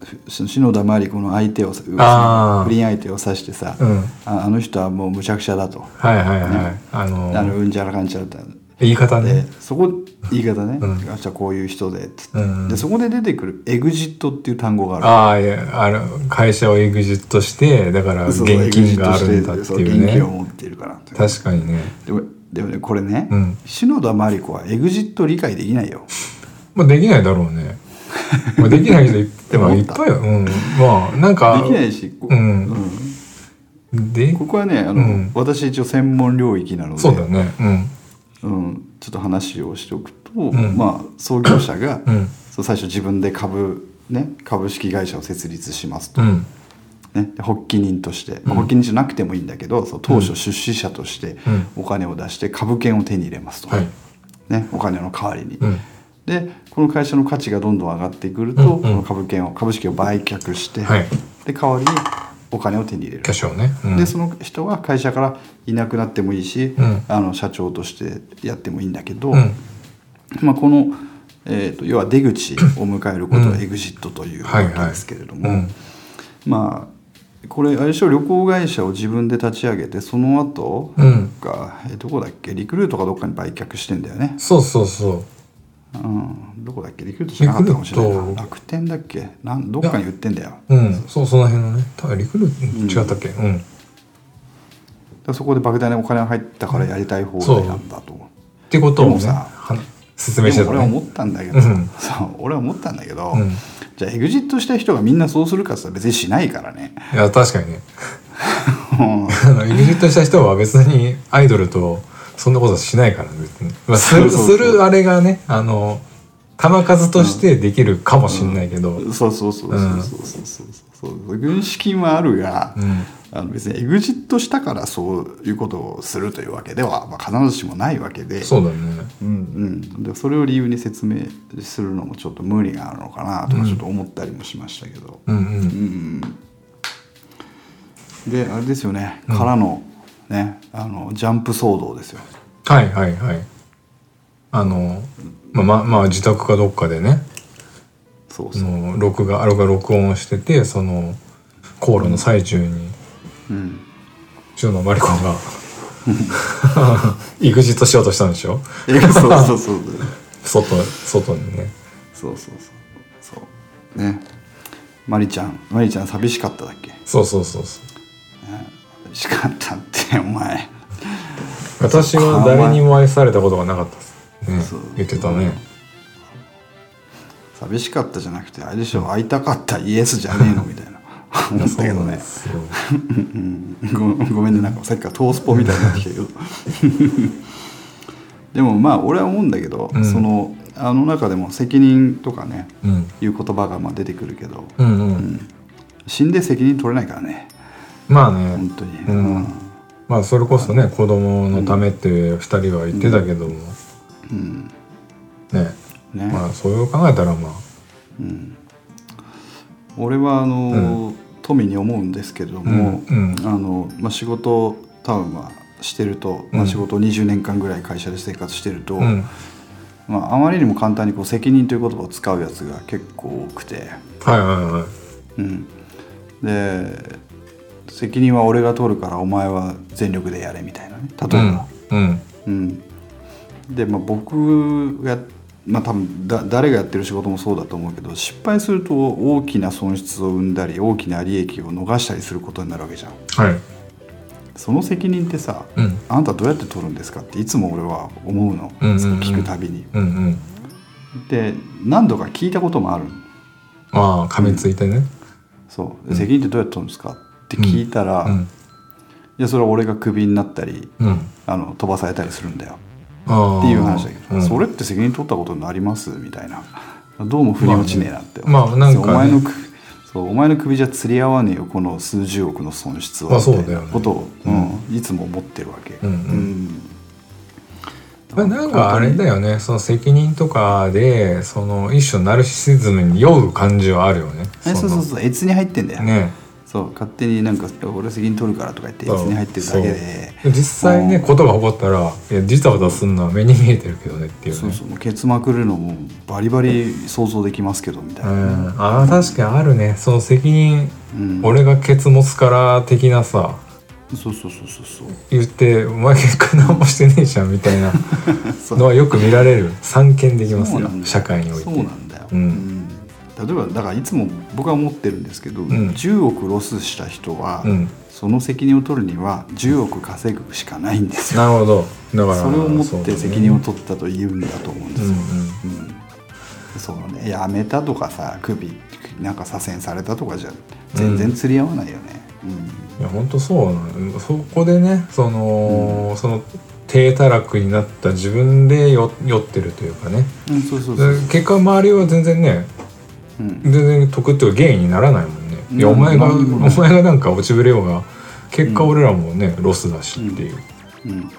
Speaker 2: ふ篠田麻里子の相手をさ
Speaker 3: あー
Speaker 2: 不倫相手を指してさ、
Speaker 3: うん
Speaker 2: ああの人はもうむちゃくちゃだと、
Speaker 3: はいはいはいあ
Speaker 2: あ
Speaker 3: の
Speaker 2: のうんちゃらかんちゃらだ
Speaker 3: 言い方
Speaker 2: で
Speaker 3: ね
Speaker 2: そこ言い方ね、
Speaker 3: うん
Speaker 2: あじゃあこういう人でっつって、
Speaker 3: うん
Speaker 2: でそこで出てくる「エグジット」っていう単語がある
Speaker 3: ああいやあの会社をエグジットしてだから現金があるんだってい
Speaker 2: 現金を
Speaker 3: うね
Speaker 2: 持っているからって
Speaker 3: 確かにね、
Speaker 2: でもでもねこれね、
Speaker 3: うん
Speaker 2: 篠田麻里子はエグジット理解できないよ
Speaker 3: まあ、できないだろう ね、まあ、できない人いっ
Speaker 2: でも
Speaker 3: まあ
Speaker 2: 思
Speaker 3: い
Speaker 2: っ
Speaker 3: ったぱいようんまあなんか
Speaker 2: できないしこ,、
Speaker 3: うんで
Speaker 2: ここはねあの、
Speaker 3: うん
Speaker 2: 私一応専門領域なので
Speaker 3: そうだよねうん
Speaker 2: うん、ちょっと話をしておくと、
Speaker 3: ん
Speaker 2: まあ創業者が、
Speaker 3: うん
Speaker 2: そう最初自分で株ね、株式会社を設立しますと、
Speaker 3: うん
Speaker 2: ね、で発起人として、まあ、発起人じゃなくてもいいんだけど、その当初出資者として
Speaker 3: う
Speaker 2: お金を出して株券を手に入れますと、
Speaker 3: はい
Speaker 2: ね、お金の代わりに。
Speaker 3: うん
Speaker 2: でこの会社の価値がどんどん上がってくると、
Speaker 3: うんうん
Speaker 2: この株券を株式を売却して、
Speaker 3: はい
Speaker 2: で代わりにお金を手に入れる
Speaker 3: キャッ。シュをね、うん、
Speaker 2: でその人は会社からいなくなってもいいし、
Speaker 3: うん
Speaker 2: あの社長としてやってもいいんだけど、
Speaker 3: うん
Speaker 2: まあ、この、えー、と要は出口を迎えること
Speaker 3: う
Speaker 2: を
Speaker 3: ん
Speaker 2: エグジットというわ
Speaker 3: はい
Speaker 2: け
Speaker 3: はい
Speaker 2: ですけれども、
Speaker 3: うん
Speaker 2: まあこれあれでしょ旅行会社を自分で立ち上げてその後
Speaker 3: うん
Speaker 2: が、えーどこだっけリクルートかどっかに売却してんだよね、
Speaker 3: そうそうそう
Speaker 2: うん、どこだっけリクルートじゃなかったかもしれ
Speaker 3: リク
Speaker 2: な
Speaker 3: ル
Speaker 2: い
Speaker 3: ート
Speaker 2: な楽天だっけなんどっかに売ってんだよだか
Speaker 3: うんそうその辺のね多分リクルート違ったっけうん、
Speaker 2: らそこで莫大なお金が入ったからやりたい放題なんだと思う
Speaker 3: ってことをね
Speaker 2: でもさ
Speaker 3: は説明して
Speaker 2: で
Speaker 3: た
Speaker 2: も俺は
Speaker 3: ね
Speaker 2: 思ったんだけど、
Speaker 3: うん
Speaker 2: そう俺は思ったんだけど、
Speaker 3: うん
Speaker 2: じゃあエグジットした人がみんなそうするかって言ったら別にしないからね
Speaker 3: いや確かにね
Speaker 2: うん
Speaker 3: あのエグジットした人は別にアイドルとそんなことしないから別に、まあ、する
Speaker 2: そうそうそう
Speaker 3: するあれがねあの球数としてできるかもしれないけど、うん
Speaker 2: そうそうそうそうそうそうそうそうそう軍資金はあるが、あの別にエグジットしたからそういうことをするというわけでは、まあ、必ずしもないわけで
Speaker 3: そうだね
Speaker 2: うんでそれを理由に説明するのもちょっと無理があるのかなとかちょっと思ったりもしましたけど、
Speaker 3: うんうん、
Speaker 2: であれですよね、からのねあのジャンプ騒動ですよ
Speaker 3: はいはいはいあのまあまあまあ自宅かどっかでね
Speaker 2: そう
Speaker 3: そ
Speaker 2: そう、
Speaker 3: の録画あれが録音しててその口論の最中に
Speaker 2: うん、
Speaker 3: 塩野真理子が イグジットしようとしたんでしょ
Speaker 2: えそうそうそう
Speaker 3: 外外にね
Speaker 2: そうそうそうそうそうねマリちゃんマリちゃん寂しかっただっけ
Speaker 3: そうそうそうそう
Speaker 2: 寂しかったってお前
Speaker 3: 私は誰にも愛されたことがなかったですね
Speaker 2: そう
Speaker 3: 言ってたね
Speaker 2: 寂しかったじゃなくてあれでしょ会いたかったイエスじゃねえのみたいな思ったけど
Speaker 3: そ
Speaker 2: ね
Speaker 3: うなんですよ
Speaker 2: うんごごめんねなんかさっきからトースポみたいになってきたけど でもまあ俺は思うんだけど、
Speaker 3: うん
Speaker 2: そのあの中でも責任とかね
Speaker 3: うん
Speaker 2: いう言葉がまあ出てくるけど
Speaker 3: うんうん
Speaker 2: 死んで責任取れないからね
Speaker 3: まあね
Speaker 2: 本当に、
Speaker 3: うんまあそれこそね子供のためって2人は言ってたけども、
Speaker 2: うん
Speaker 3: ね
Speaker 2: ね、
Speaker 3: まあそういう考えたらまあ
Speaker 2: うん、俺はあの、富に思うんですけれども、
Speaker 3: うんうん
Speaker 2: あのまあ、仕事を多分まあしてると、ま
Speaker 3: う
Speaker 2: あ、
Speaker 3: ん
Speaker 2: 仕事を20年間ぐらい会社で生活してると、
Speaker 3: うん
Speaker 2: まあ、あまりにも簡単にこう責任という言葉を使うやつが結構多くて、
Speaker 3: はいはいはい
Speaker 2: うん、で責任は俺が取るからお前は全力でやれみたいなね例えば。
Speaker 3: うん
Speaker 2: うん、で、まあ、僕が、まあ、多分だ誰がやってる仕事もそうだと思うけど失敗すると大きな損失を生んだり大きな利益を逃したりすることになるわけじゃん
Speaker 3: はい
Speaker 2: その責任ってさ、
Speaker 3: うん
Speaker 2: あなたどうやって取るんですかっていつも俺は思うの、
Speaker 3: うんうんうん
Speaker 2: 聞くたびに
Speaker 3: うんうん
Speaker 2: で何度か聞いたこともあるの
Speaker 3: まあ噛みついてね
Speaker 2: そう、責任ってどうやって取るんですかって聞いたら、
Speaker 3: う
Speaker 2: い
Speaker 3: ん
Speaker 2: やそれは俺がクビになったり
Speaker 3: うん
Speaker 2: あの飛ばされたりするんだよ
Speaker 3: ああ
Speaker 2: っていう話だけど、
Speaker 3: うん
Speaker 2: それって責任取ったことになりますみたいなどうも腑に落ちねえなって、
Speaker 3: まあなんかね
Speaker 2: お前のくそうお前の首じゃ釣り合わねえよこの数十億の損失
Speaker 3: ま
Speaker 2: は
Speaker 3: あ
Speaker 2: み
Speaker 3: そうだ
Speaker 2: た
Speaker 3: よ
Speaker 2: い
Speaker 3: ね
Speaker 2: なことを、うんいつも思ってるわけ、
Speaker 3: うんうん
Speaker 2: うん
Speaker 3: まあなんかあれだよねその責任とかでその一種のナルシシズムに酔う感じはあるよね
Speaker 2: えそうそう
Speaker 3: そ
Speaker 2: そうエツに入ってんだよ、
Speaker 3: のね
Speaker 2: そう勝手になんか俺責任取るからとか言ってエツに入ってるだけで
Speaker 3: そう実際ねことが起こったら「いやジタバタすんのは目に見えてるけどね」っていう
Speaker 2: そう
Speaker 3: ね
Speaker 2: そうもうケツまくるのもバリバリ想像できますけどみたいうな、
Speaker 3: んああ確かにあるねその責任、
Speaker 2: うん
Speaker 3: 俺がケツ持つから的なさ
Speaker 2: そうそうそうそうそう
Speaker 3: 言って「お前結果何もしてねえじゃん」みたい な
Speaker 2: そう
Speaker 3: のはよく見られる散見できます
Speaker 2: そう
Speaker 3: よ
Speaker 2: なんだよ
Speaker 3: 社会において
Speaker 2: そうなんだよ、
Speaker 3: うん
Speaker 2: 例えばだからいつも僕は思ってるんですけど、
Speaker 3: ん
Speaker 2: 10億ロスした人は、
Speaker 3: うん
Speaker 2: その責任を取るには10億稼ぐしかないんですよ、
Speaker 3: なるほどだから
Speaker 2: それを持
Speaker 3: そ
Speaker 2: っ
Speaker 3: うだ
Speaker 2: て
Speaker 3: ね
Speaker 2: 責任を取ったと言うんだと思うんで
Speaker 3: う
Speaker 2: す
Speaker 3: んう
Speaker 2: よ、
Speaker 3: ん
Speaker 2: そのねやめたとかさ首なんか左遷されたとかじゃ全然釣り合わないよね、
Speaker 3: いや本当そうなのそこでねその、その低たらくになった自分でよ酔ってるというかね
Speaker 2: うんうんそうそうそう
Speaker 3: で結果周りは全然ね
Speaker 2: うん
Speaker 3: 全然得っていうか芸にならないもんね、いや
Speaker 2: う
Speaker 3: お
Speaker 2: ん
Speaker 3: 前が、
Speaker 2: うん
Speaker 3: お前がなんか落ちぶれようが結果俺らもね、ロスだしっていう、
Speaker 2: うん、だか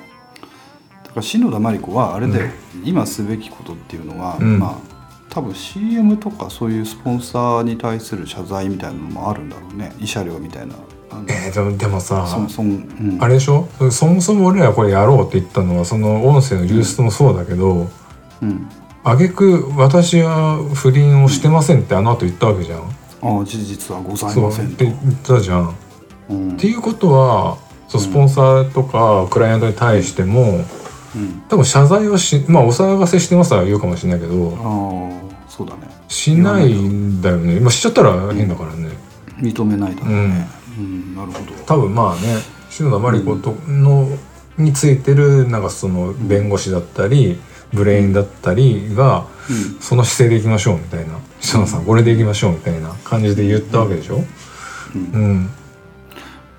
Speaker 2: ら篠田麻里子はあれだよ、今すべきことっていうのは、
Speaker 3: うん
Speaker 2: まあ多分 CM とかそういうスポンサーに対する謝罪みたいなのもあるんだろうね慰謝料みたいなあの
Speaker 3: えー、でもでもさ
Speaker 2: そもそも、うん、
Speaker 3: あれでしょそもそも俺らこれやろうって言ったのはその音声の流出もそうだけど
Speaker 2: うん、
Speaker 3: 挙句私は不倫をしてませんってあの後言ったわけじゃん、
Speaker 2: ああ事実はござい
Speaker 3: そう
Speaker 2: ま
Speaker 3: っ
Speaker 2: せん
Speaker 3: て
Speaker 2: と
Speaker 3: 言ったじゃん、っ
Speaker 2: うん
Speaker 3: ていうことはそうスポンサーとかクライアントに対しても
Speaker 2: うん
Speaker 3: 多分謝罪はしまあお騒がせしてますとは言うかもしれないけど
Speaker 2: ああそうだね
Speaker 3: しないんだよねまあしちゃったら変だからね
Speaker 2: 認めないだ
Speaker 3: う
Speaker 2: ろう、
Speaker 3: ん、
Speaker 2: うん、なるほど
Speaker 3: 多分まあね篠田麻里子との、についてるなんかその弁護士だったりブレインだったりが、
Speaker 2: うん
Speaker 3: その姿勢でいきましょうみたいな篠田さんこれでいきましょうみたいな感じで言ったわけでしょ
Speaker 2: うん
Speaker 3: うん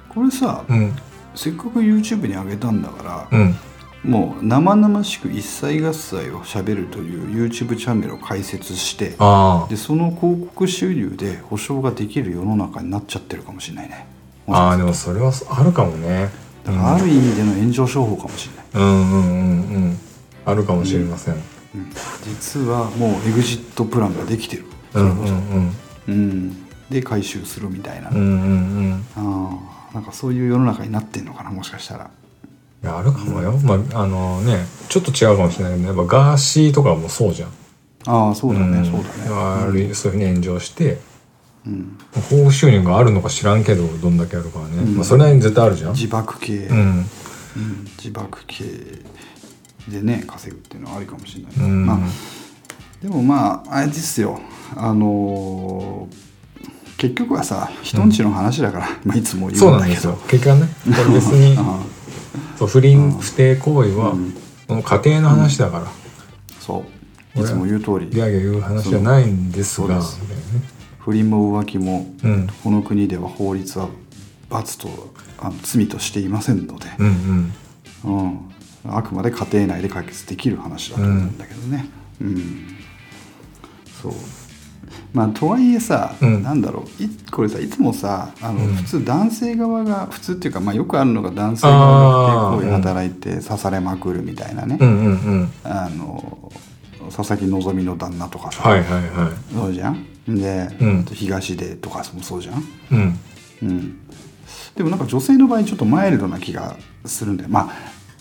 Speaker 2: これさ、
Speaker 3: うん
Speaker 2: せっかく YouTube に上げたんだから、
Speaker 3: うん
Speaker 2: もう生々しく一切合切をしゃべるという YouTube チャンネルを開設して
Speaker 3: ああ
Speaker 2: でその広告収入で保証ができる世の中になっちゃってるかもしれないね
Speaker 3: ああでもそれはあるかもね
Speaker 2: だからある意味での炎上商法かもしれない、
Speaker 3: うんうんうんうんあるかもしれません、
Speaker 2: うん実はもうエグジットプランができてる
Speaker 3: うん、うんうん
Speaker 2: うん、で回収するみたいな、
Speaker 3: うんうんうん
Speaker 2: あーなんかそういう世の中になってんのかなもしかしたら
Speaker 3: いやあるかもよ、まああのねちょっと違うかもしれないけどやっぱガーシーとかもそうじゃん
Speaker 2: ああそうだね、
Speaker 3: ん
Speaker 2: そうだね
Speaker 3: あるそういうふうに炎上して
Speaker 2: うん、
Speaker 3: 報酬収入があるのか知らんけどどんだけあるかはね、まあ、それなりに絶対あるじゃん
Speaker 2: 自爆系、
Speaker 3: うん
Speaker 2: うん自爆系でね稼ぐっていうのはありかもしれない、
Speaker 3: うん
Speaker 2: まあ、でもまああれですよあのー結局はさ人んちの話だから、まあ、いつも言
Speaker 3: そううんな
Speaker 2: だ
Speaker 3: ん
Speaker 2: け
Speaker 3: です
Speaker 2: ど
Speaker 3: よ結果ねこれ別に
Speaker 2: あ
Speaker 3: そう不倫不貞行為は、その家庭の話だから、
Speaker 2: そういつも言う通り
Speaker 3: ギャーギャー言う話じゃないんですが
Speaker 2: そう不倫も浮気も、
Speaker 3: みたいなね
Speaker 2: この国では法律は罰とあの罪としていませんので、
Speaker 3: うんうん
Speaker 2: うん、あくまで家庭内で解決できる話だと思うんだけどね。うんそうまあ、とはいえさ、
Speaker 3: うん
Speaker 2: なんだろういこれさいつもさあの、普通男性側が普通っていうか、まあ、よくあるのが男性側が
Speaker 3: あー
Speaker 2: 結構働いて刺されまくるみたいなね、
Speaker 3: うんうんうんうん
Speaker 2: あの佐々木希の旦那とかさ、
Speaker 3: はいはいは
Speaker 2: そうじゃんで、
Speaker 3: うん
Speaker 2: あと東出とかもそうじゃん、
Speaker 3: いうん
Speaker 2: うん、でもなんか女性の場合ちょっとマイルドな気がするんだよまあ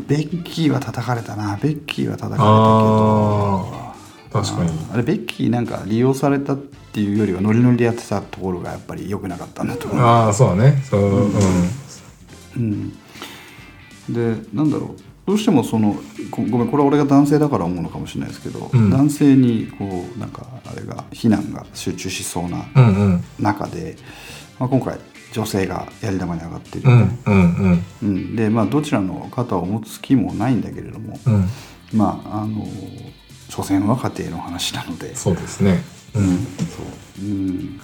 Speaker 2: ベッキーは叩かれたなベッキーは叩かれたけど
Speaker 3: ああ確かに
Speaker 2: あれベッキーなんか利用されたっていうよりはノリノリでやってたところがやっぱり良くなかったんだと思う、
Speaker 3: ああそうだねそううん
Speaker 2: うん、でなんだろうどうしてもそのごごめんこれは俺が男性だから思うのかもしれないですけど、
Speaker 3: うん
Speaker 2: 男性にこうなんかあれが非難が集中しそうな
Speaker 3: うんうん
Speaker 2: 中で、まあ、今回女性がやり玉に上がってるよ
Speaker 3: う
Speaker 2: ね、
Speaker 3: んうんうん
Speaker 2: うん、でまあどちらの肩を持つ気もないんだけれども、
Speaker 3: うん
Speaker 2: まああの所詮は家庭の話なので
Speaker 3: そうですねうん
Speaker 2: そううんね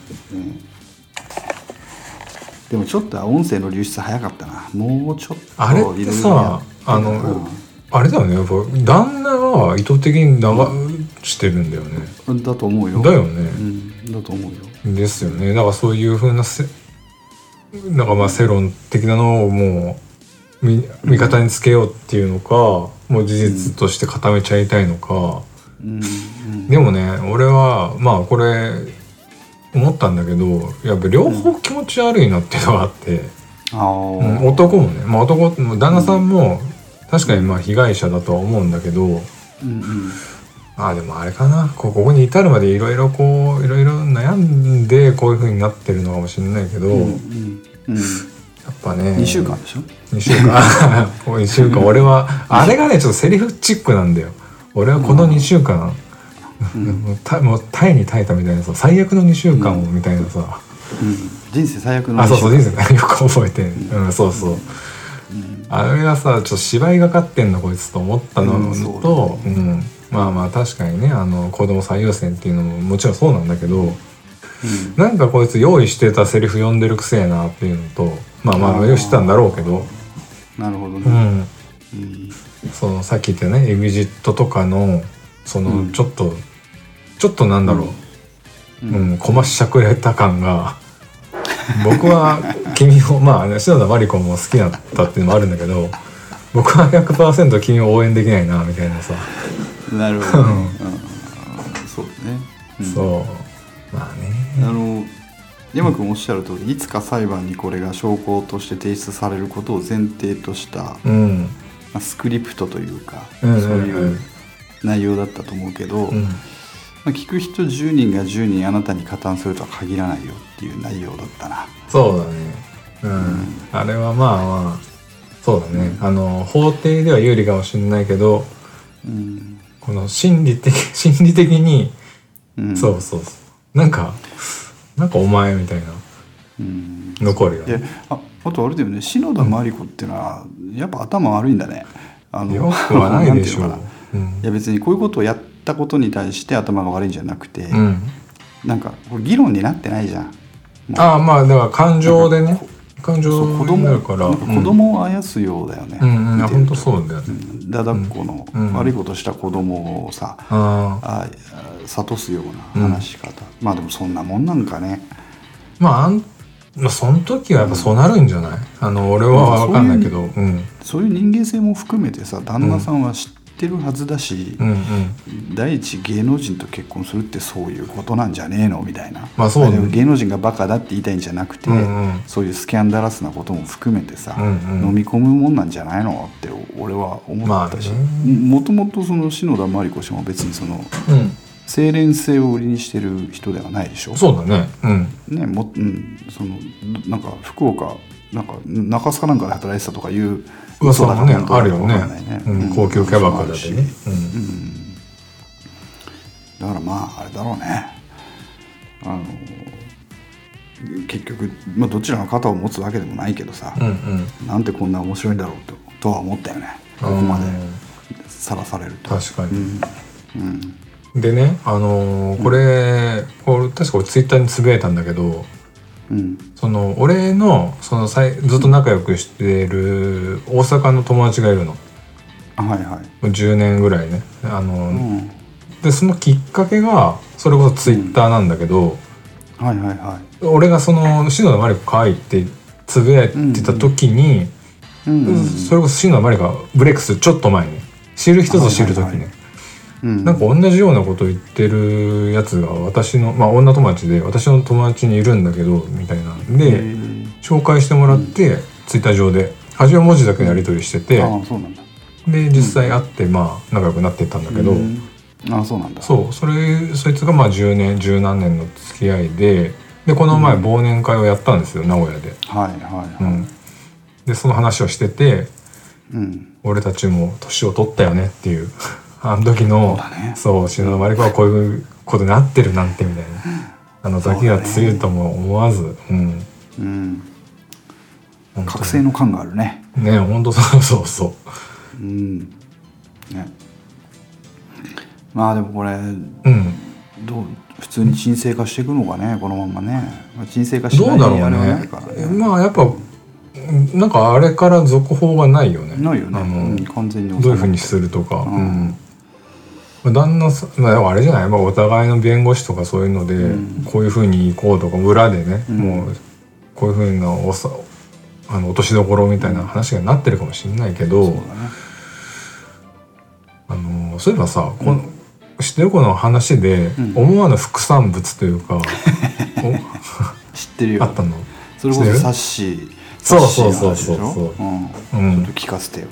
Speaker 2: でもちょっとは音声の流出早かったなもうちょっと
Speaker 3: あれってさあ
Speaker 2: う
Speaker 3: のあれだよねやっぱ旦那は意図的に流してるんだよね
Speaker 2: んだと思うよ
Speaker 3: だよ
Speaker 2: う
Speaker 3: ね
Speaker 2: ん、だと思うよ
Speaker 3: ですよねだからそういうふうなせなんかまあ世論的なのをもうみ味方につけようっていうのかもう事実として固めちゃいたいのか
Speaker 2: うん
Speaker 3: でもね俺はまあこれ思ったんだけどやっぱ両方気持ち悪いなっていうのがあって。
Speaker 2: あー
Speaker 3: うん男もね、まあ、男も旦那さんも確かにまあ被害者だとは思うんだけど
Speaker 2: うんうん
Speaker 3: ああでもあれかなこうここに至るまでいろいろこういろいろ悩んでこういう風になってるのかもしれないけど、
Speaker 2: う
Speaker 3: や
Speaker 2: んう
Speaker 3: っ
Speaker 2: んうん
Speaker 3: ぱね
Speaker 2: 2週間でしょ
Speaker 3: 2週間 あこう2週間俺はあれがねちょっとセリフチックなんだよ俺はこの2週間、もう たもう耐えに耐えたみたいなさ最悪の2週間をみたいなさ、
Speaker 2: うん人生最悪の
Speaker 3: あ
Speaker 2: 二週
Speaker 3: そうそう人生 ねよく覚えてんうんそうそう、あれがさちょっと芝居がかってんのこいつと思ったのと、うんまあまあ確かにねあの子供最優先っていうのももちろんそうなんだけどなんかこいつ用意してたセリフ読んでるくせえなっていうのとまあま
Speaker 2: あ
Speaker 3: あ
Speaker 2: ー
Speaker 3: 用意してたんだろうけど、
Speaker 2: うん、なるほど
Speaker 3: う
Speaker 2: ね、
Speaker 3: ん、
Speaker 2: うん
Speaker 3: そのさっき言ったね EXIT とかのそのちょっと、ちょっとなんだろう、うん、こましゃくれた感が僕は君をまあ篠田麻里子も好きだったっていうのもあるんだけど僕は100%君を応援できないなみたいなさ、
Speaker 2: なるほ ど、ねうん、そうね、うん
Speaker 3: そうまあ
Speaker 2: あ
Speaker 3: ね
Speaker 2: の山君おっしゃる通りいつか裁判にこれが証拠として提出されることを前提とした、ま
Speaker 3: うん
Speaker 2: あスクリプトというか、
Speaker 3: うんうんうん
Speaker 2: そういう内容だったと思うけど、
Speaker 3: うん
Speaker 2: まあ、聞く人10人が10人あなたに加担するとは限らないよっていう内容だったな
Speaker 3: そうだねうん、あれはまあまあそうだねあの法廷では有利かもしれないけど
Speaker 2: うん、
Speaker 3: この心理的心理的に、
Speaker 2: うん、
Speaker 3: そうそうそうなんかなんかお前みたいな
Speaker 2: うん、
Speaker 3: 残るよ
Speaker 2: で
Speaker 3: ね
Speaker 2: ああとあれだよね篠田麻里子っていうのはやっぱ頭悪いんだねあの
Speaker 3: よくはないでしょ
Speaker 2: なんていうのか
Speaker 3: う
Speaker 2: ない
Speaker 3: ん
Speaker 2: や別にこういうことをやったことに対して頭が悪いんじゃなくて、
Speaker 3: うん
Speaker 2: なんかこれ議論になってないじゃん
Speaker 3: ああまあだから感情でね感情
Speaker 2: そう子
Speaker 3: に
Speaker 2: 供
Speaker 3: なるから
Speaker 2: なんか子供をあやすようだよね、
Speaker 3: うんうんうんい
Speaker 2: 見
Speaker 3: や
Speaker 2: てる
Speaker 3: 本
Speaker 2: と
Speaker 3: 当そうだよね
Speaker 2: うんだだっこの
Speaker 3: うん
Speaker 2: 悪いことした子供をさ、
Speaker 3: ああ
Speaker 2: ああ諭すような話し方、まあでもそんなもんなんかね
Speaker 3: まああんまあその時はやっぱそうなるんじゃないあの俺は分かんないけどうん
Speaker 2: そういう人間性も含めてさ旦那さんは知ってるはずだし
Speaker 3: う、んうん
Speaker 2: 第一芸能人と結婚するってそういうことなんじゃねえのみたいな、
Speaker 3: まあそうね
Speaker 2: でも芸能人がバカだって言いたいんじゃなくて、
Speaker 3: うんうん
Speaker 2: そういうスキャンダラスなことも含めてさ、
Speaker 3: うんうん
Speaker 2: 飲み込むもんなんじゃないのって俺は思ったし、
Speaker 3: まあ
Speaker 2: もともとその篠田麻里子氏も別にその
Speaker 3: う
Speaker 2: 清廉性を売りにしてる人ではないでしょ
Speaker 3: んそうだねうん
Speaker 2: ねもうん、そのなんか福岡なんか中須かなんかで働いてたとかいう
Speaker 3: 噂もね
Speaker 2: 嘘だか
Speaker 3: あるよね
Speaker 2: 本当だかわかんない
Speaker 3: うん
Speaker 2: うん
Speaker 3: 高級キャバクラ
Speaker 2: そう
Speaker 3: でね
Speaker 2: いうのもあるしだからまああれだろうねあの結局、まあ、どちらの肩を持つわけでもないけどさ
Speaker 3: う、んうん
Speaker 2: なんてこんな面白いんだろうととは思ったよねここまで
Speaker 3: うん
Speaker 2: さらされると。
Speaker 3: 確かに
Speaker 2: うんうん
Speaker 3: でねあのーこれこれ確か俺ツイッターにつぶやいたんだけど
Speaker 2: うん
Speaker 3: その俺のそのさいずっと仲良くしてる大阪の友達がいるのも
Speaker 2: あはいはいう
Speaker 3: 10年ぐらいねあの
Speaker 2: う
Speaker 3: ー
Speaker 2: ん
Speaker 3: でそのきっかけがそれこそツイッターなんだけど、
Speaker 2: はいはいは
Speaker 3: 俺がその「篠田麻里子可愛い」ってつぶやいてた時に、
Speaker 2: い。うんうん
Speaker 3: それこそ篠田麻里子がブレイクするちょっと前に知る人ぞ知る時ね、
Speaker 2: はいはいはうん
Speaker 3: なんか同じようなこと言ってるやつが私のまあ女友達で私の友達にいるんだけどみたいなん
Speaker 2: へ
Speaker 3: で
Speaker 2: ー
Speaker 3: 紹介してもらって、ツイッター上で初め文字だけのやり取りしてて、
Speaker 2: ああそうなんだ。
Speaker 3: で実際会ってまあ仲良くなってったんだけど、
Speaker 2: うんああそうなんだ。
Speaker 3: そうそれそいつがまあ10年十何年の付き合いででこの前忘年会をやったんですよ、名古屋で。
Speaker 2: はいはいうは
Speaker 3: ん、でその話をしてて
Speaker 2: い。うん
Speaker 3: 俺たちも年を取ったよねっていう あの時の
Speaker 2: そうだね
Speaker 3: そう篠田麻里子はこういうことになってるなんてみたいなあの
Speaker 2: そうだ
Speaker 3: 時
Speaker 2: ね
Speaker 3: が強いとも思わずうん
Speaker 2: うん。
Speaker 3: 本当
Speaker 2: 覚醒の感があるね。
Speaker 3: ね本当そうそうそ
Speaker 2: うん。ね。まあでもこ
Speaker 3: う
Speaker 2: れ
Speaker 3: うん
Speaker 2: どう普通に沈静化していくのかねこのまんまね。まあ沈静化しな
Speaker 3: ど
Speaker 2: いう
Speaker 3: だろう
Speaker 2: やりはな
Speaker 3: ね
Speaker 2: いからね。
Speaker 3: まあやっぱうんなんかあれから続報がないよね
Speaker 2: ないよね。
Speaker 3: あの
Speaker 2: うん完全に収まって。
Speaker 3: どういうふうにするとか、
Speaker 2: ん
Speaker 3: うん旦那さん、まあ、あれじゃない、まあ、お互いの弁護士とかそういうので、
Speaker 2: うん
Speaker 3: こういうふうに行こうとか裏でね、
Speaker 2: うん
Speaker 3: もうこういうふうなおさあの落としどころみたいな話がなってるかもしれないけど、
Speaker 2: そうだね。
Speaker 3: あのそういえばさこの、知ってる子の話で、
Speaker 2: うん
Speaker 3: 思わぬ副産物という かお
Speaker 2: 知ってる
Speaker 3: あっ
Speaker 2: よ
Speaker 3: た。の。
Speaker 2: それこ
Speaker 3: 知って
Speaker 2: そ
Speaker 3: る
Speaker 2: サッシー。
Speaker 3: そう
Speaker 2: サッシーの
Speaker 3: そう
Speaker 2: 話でし
Speaker 3: そ
Speaker 2: ょ
Speaker 3: うそうそ
Speaker 2: うん。ち
Speaker 3: う
Speaker 2: ょっ
Speaker 3: ん
Speaker 2: と、聞かせてよ。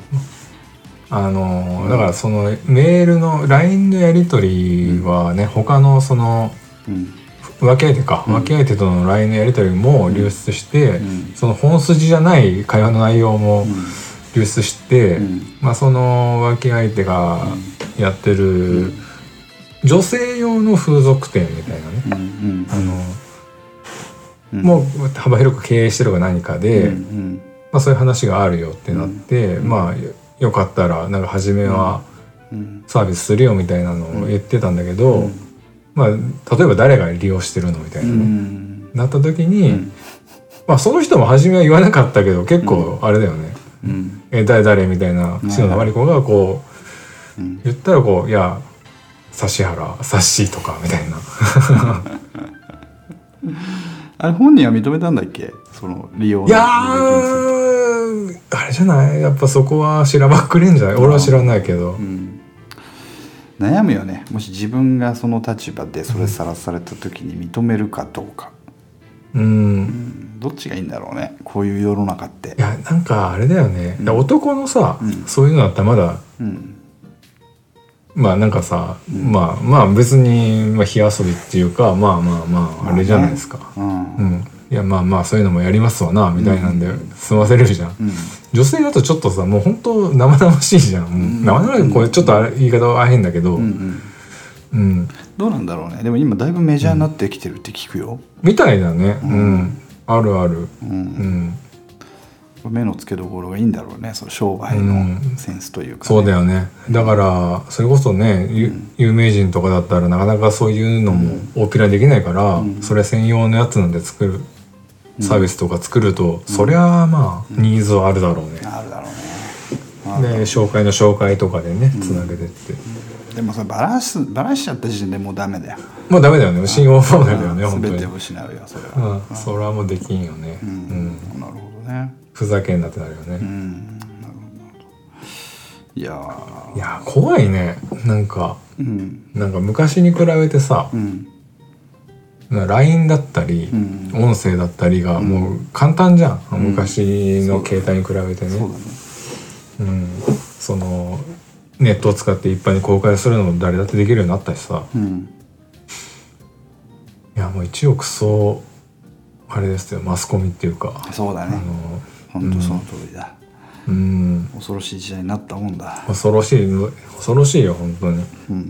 Speaker 3: あのだからそのメールの LINE のやり取りはね、他のその
Speaker 2: うん。
Speaker 3: 浮気相手か、浮気相手との LINE のやり取りも流出して、
Speaker 2: うん
Speaker 3: その本筋じゃない会話の内容も流出して、
Speaker 2: うん
Speaker 3: まあ、その浮気相手がやってる女性用の風俗店みたいなね、
Speaker 2: うんうん
Speaker 3: あの
Speaker 2: うん。
Speaker 3: もう幅広く経営してるか何か
Speaker 2: うん
Speaker 3: で、
Speaker 2: うん
Speaker 3: まあ、そういう話があるよってなって、まあよよかったらなんか初めは
Speaker 2: うん
Speaker 3: サービスするよみたいなのを言ってたんだけど、まあ、例えば誰が利用してるのみたいうなね。
Speaker 2: ん
Speaker 3: なった時に、
Speaker 2: ん
Speaker 3: まあその人も初めは言わなかったけど結構あれだよね
Speaker 2: うんうん
Speaker 3: 「え誰誰?」みたいな篠田麻里子がこう、
Speaker 2: うん
Speaker 3: 言ったらこう「いや指原指しとか」みたいな
Speaker 2: あれ本人は認めたんだっけその利用の
Speaker 3: いやーあれじゃないやっぱそこは知らばっくれんじゃない俺は知らないけど、
Speaker 2: うん悩むよねもし自分がその立場でそれさらされた時に認めるかどうか、
Speaker 3: うん、
Speaker 2: うんどっちがいいんだろうねこういう世の中って
Speaker 3: いやなんかあれだよね、
Speaker 2: うん
Speaker 3: だから男のさ、
Speaker 2: うん
Speaker 3: そういうのだったらまだ
Speaker 2: うん
Speaker 3: まあなんかさ、
Speaker 2: うん
Speaker 3: まあまあ別に、まあ、火遊びっていうかまあまあまああれじゃないですか、
Speaker 2: うん
Speaker 3: う、んいやまあまあそういうのもやりますわなみたいなんで済ませれるじゃん、
Speaker 2: うん
Speaker 3: 女性だとちょっとさもう本当生々しいじゃん、もう
Speaker 2: うん
Speaker 3: 生々しいこれちょっとあれ言い方は変だけど、
Speaker 2: う
Speaker 3: うん
Speaker 2: うんんどうなんだろうねでも今だいぶメジャーになってきてるって聞くよ、
Speaker 3: みたいだね、うんあるある、
Speaker 2: うん
Speaker 3: うん、
Speaker 2: 目の付けどころがいいんだろうねその商売のセンスというかね、
Speaker 3: そうだよねだからそれこそね、ゆ有名人とかだったらなかなかそういうのも大っぴらにできないから、
Speaker 2: うん
Speaker 3: それ専用のやつなんで作るサービスとか作ると、そりゃあまあニーズはあるだろうね、
Speaker 2: あるだろうね
Speaker 3: で紹介の紹介とかでねつなげてって、
Speaker 2: でもそれバラすバラしちゃった時点でもうダメだよ
Speaker 3: もうダメだよね信用フォーマルだよね本当
Speaker 2: 全
Speaker 3: に
Speaker 2: てを失うよそれは、
Speaker 3: うん、それはもうできんよね、う
Speaker 2: うんんなるほどね
Speaker 3: ふざけんなってなるよ
Speaker 2: う
Speaker 3: ね、
Speaker 2: んなるほどなるほどいやー
Speaker 3: いやー怖いねなんか
Speaker 2: うん
Speaker 3: なんか昔に比べてさ
Speaker 2: う、ん
Speaker 3: な LINE だったり、
Speaker 2: うん
Speaker 3: 音声だったりがもう簡単じゃん、昔の携帯に比べてね、
Speaker 2: そううんだね
Speaker 3: そのネットを使って一般に公開するのも誰だってできるようになったしさ
Speaker 2: うん
Speaker 3: いやもう一億総あれですよマスコミっていうか、
Speaker 2: そうだ
Speaker 3: あ
Speaker 2: ね
Speaker 3: の
Speaker 2: 本当その通りだ、
Speaker 3: うん
Speaker 2: 恐ろしい時代になったもんだ
Speaker 3: 恐ろしい恐ろしいよ本当に
Speaker 2: うん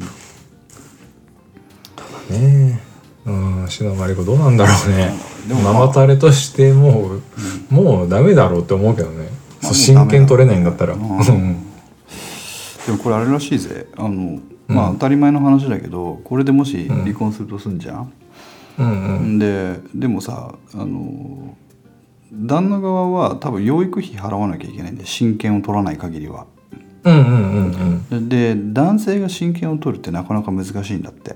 Speaker 3: ねえうん篠原子どうなんだろうね
Speaker 2: でもまあ
Speaker 3: ママタレとしてもう、もうダメだろうって思うけどね、そう
Speaker 2: まあもうダメだ
Speaker 3: 真剣取れないんだったら、
Speaker 2: う
Speaker 3: うんん
Speaker 2: でもこれあれらしいぜあのまあ当たり前の話だけどこれでもし離婚するとすんじゃん、
Speaker 3: うんうん
Speaker 2: ででもさあの旦那側は多分養育費払わなきゃいけないんで親権を取らない限りは
Speaker 3: うんうんうんうん
Speaker 2: で男性が親権を取るってなかなか難しいんだって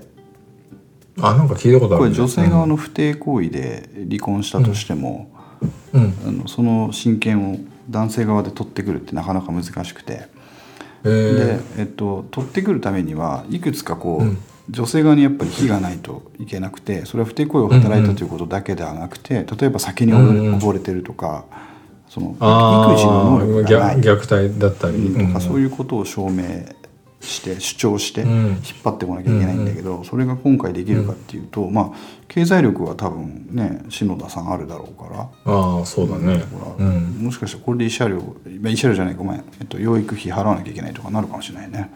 Speaker 3: あなんか聞いたことあ
Speaker 2: こ
Speaker 3: る、
Speaker 2: れ
Speaker 3: ね、
Speaker 2: 女性側の不貞行為で離婚したとしても、
Speaker 3: うん
Speaker 2: あのその親権を男性側で取ってくるってなかなか難しくて、
Speaker 3: えー
Speaker 2: で、えっと、取ってくるためにはいくつかこう、
Speaker 3: うん
Speaker 2: 女性側にやっぱり非がないといけなくてそれは不貞行為を働いたということだけではなくて、例えば酒に溺れ,、
Speaker 3: うんうん
Speaker 2: 溺れてるとかその育
Speaker 3: あー
Speaker 2: 児の能力がない
Speaker 3: 虐虐待だったり、
Speaker 2: とかそう
Speaker 3: い
Speaker 2: いうことを証明して主張して
Speaker 3: うん
Speaker 2: 引っ張ってこなきゃいけないんだけど、それが今回できるかっていうと、まあ経済力は多分ね篠田さんあるだろうから。
Speaker 3: ああそうだね
Speaker 2: ほ
Speaker 3: う
Speaker 2: ら
Speaker 3: ん
Speaker 2: もしかしたらこれで慰謝料まあ慰謝料じゃないごめん、えっと、養育費払わなきゃいけないとかなるかもしれないね。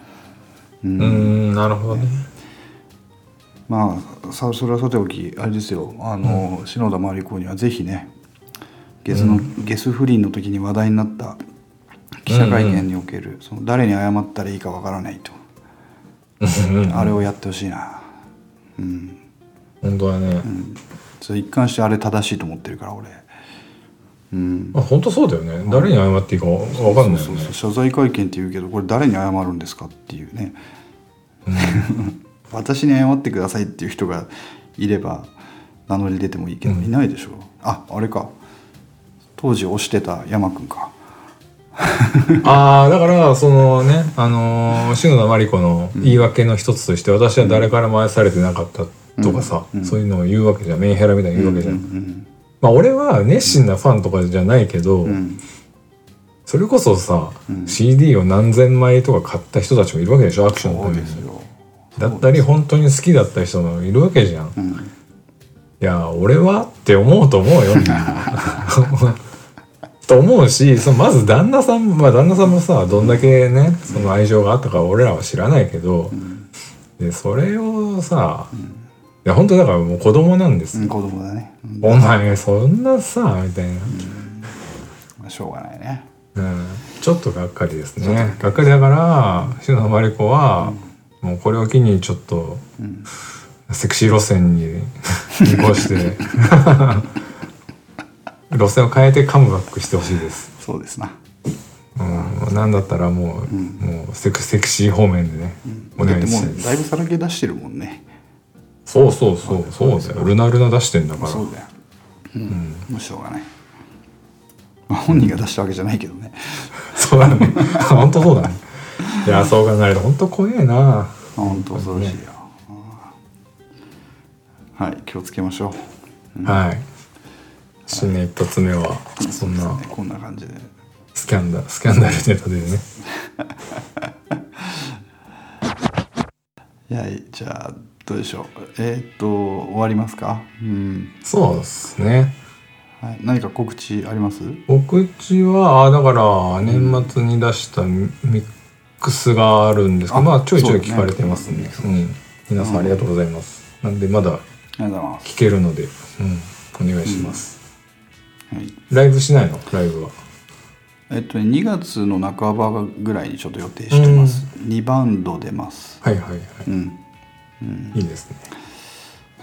Speaker 2: う
Speaker 3: うんんなるほどね
Speaker 2: まあさそれはさておきあれですよあの、篠田麻里子にはぜひねゲスの、ゲス不倫の時に話題になった記者会見における、その誰に謝ったらいいかわからないと、
Speaker 3: うん
Speaker 2: あれをやってほしいな、うん、
Speaker 3: 本当だね、
Speaker 2: それ一貫してあれ正しいと思ってるから俺、うん、
Speaker 3: あ本当そうだよね誰に謝っていいかわわかんないよ
Speaker 2: そう
Speaker 3: ね
Speaker 2: そう謝罪会見って言うけどこれ誰に謝るんですかっていうね 私に謝ってくださいっていう人がいれば名乗り出てもいいけど、いないでしょああれか当時推してた山くんか
Speaker 3: ああだからそのねあのー篠田麻里子の言い訳の一つとして、私は誰からも愛されてなかったとかさ、そういうのを言うわけじゃんメンヘラみたいに言うわけじゃん、
Speaker 2: うん
Speaker 3: まあ俺は熱心なファンとかじゃないけど、
Speaker 2: うん
Speaker 3: それこそさ、CD を何千枚とか買った人たちもいるわけでしょアクションの
Speaker 2: そ
Speaker 3: た
Speaker 2: う
Speaker 3: め
Speaker 2: で
Speaker 3: に
Speaker 2: すよ
Speaker 3: だったり本当に好きだった人もいるわけじゃん、いやー俺はって思うと思う よと思うしそのまず旦那さんまあ旦那さんもさどんだけねその愛情があったか俺らは知らないけど、でそれをさ、いや本当だからもう子供なんです
Speaker 2: う
Speaker 3: よ、
Speaker 2: ん子供だね、うん
Speaker 3: お前そんなさみたいな、
Speaker 2: まあしょうがないね
Speaker 3: うんちょっとがっかりですね。がっかりだから、篠田麻里子は、もうこれを機にちょっと、セクシー路線に移行して、路線を変えてカムバックしてほしいです。
Speaker 2: そうですな
Speaker 3: うん、なんだったらもう、もうセクセクシー方面でね、お
Speaker 2: だっ
Speaker 3: 願
Speaker 2: て
Speaker 3: い
Speaker 2: も
Speaker 3: したいうで
Speaker 2: だい
Speaker 3: す。
Speaker 2: ぶさらけ出してるもんね
Speaker 3: そうそうそうそうだよルナルナ出してんだから
Speaker 2: そうだよ、うんもうしょうがない、まあ、本人が出したわけじゃないけどね
Speaker 3: そうだね 本当そうだねいやそう考えると本当怖えな
Speaker 2: あ本当恐ろしいよ、あーはい気をつけましょう、うん
Speaker 3: はい新年一発目はそん
Speaker 2: そう
Speaker 3: な
Speaker 2: ですねこんな感じで
Speaker 3: スキャンダスキャンダルネタでね
Speaker 2: いやじゃあどうでしょうえーっと終わりますかうん、
Speaker 3: そうですね
Speaker 2: はい、何か告知あります
Speaker 3: 僕ちはあだから年末に出したミミックスがあるんですけど
Speaker 2: あ
Speaker 3: まあちょいちょい
Speaker 2: そうだね
Speaker 3: 聞かれてますねうん、皆さんありがとうございます、なんでまだ
Speaker 2: ありがとうございます、
Speaker 3: 聞けるので、うん、お願いします、
Speaker 2: はい、
Speaker 3: ライブしないのライブは
Speaker 2: えっとね2月の半ばぐらいにちょっと予定してます、2バンド出ます
Speaker 3: はいはいはい、
Speaker 2: うん
Speaker 3: いいですね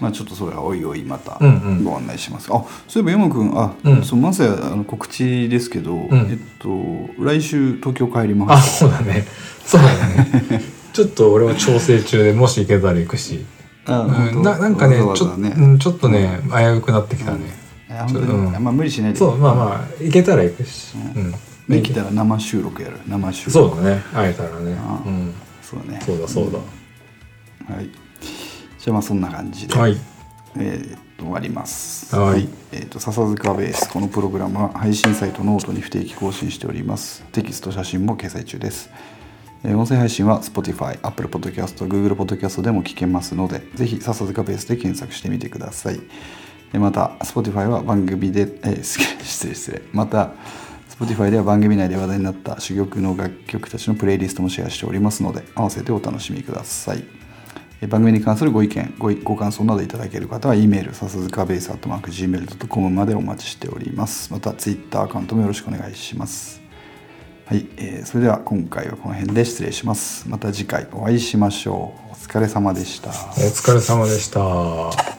Speaker 2: まあちょっとそれはおいおいまた
Speaker 3: うんうん
Speaker 2: ご案内しますが、あそういえば山君あ、
Speaker 3: うん
Speaker 2: そうまさやあの告知ですけど、
Speaker 3: ん
Speaker 2: えっと来週東京帰りま
Speaker 3: あ
Speaker 2: す
Speaker 3: そうだねそうだねちょっと俺は調整中でもし行けたら行くし、
Speaker 2: あ
Speaker 3: うん、ななんかね
Speaker 2: わ
Speaker 3: ち
Speaker 2: ざ
Speaker 3: ょ
Speaker 2: わざ
Speaker 3: う
Speaker 2: ね
Speaker 3: んちょっとね危うくなってきたね、
Speaker 2: いや本当に、
Speaker 3: ちょっとうん
Speaker 2: あんま無理しないで
Speaker 3: そうまあまあ行けたら行くし、うん
Speaker 2: できたら生収録やる生収録
Speaker 3: そうだね会えたらね
Speaker 2: ああ
Speaker 3: うん
Speaker 2: そうだね
Speaker 3: そうだそうだ、
Speaker 2: はいじゃあまあそんな感じで、
Speaker 3: はい
Speaker 2: えーっと終わります。
Speaker 3: はい
Speaker 2: えーっと笹塚ベースこのプログラムは配信サイトノートに不定期更新しております。テキスト写真も掲載中です。えー音声配信は Spotify、Apple Podcast、Google Podcast でも聞けますので、ぜひ笹塚ベースで検索してみてください。えーまた Spotify は番組で、えー す失礼失礼。また Spotify では番組内で話題になった珠玉の楽曲たちのプレイリストもシェアしておりますので、合わせてお楽しみください。えー番組に関するご意見ごいご感想などいただける方は E メール笹塚ベースアットマーク Gmail.com までお待ちしておりますまた Twitter アカウントもよろしくお願いしますはい、えーそれでは今回はこの辺で失礼しますまた次回お会いしましょうお疲れ様でした
Speaker 3: お疲れ様でした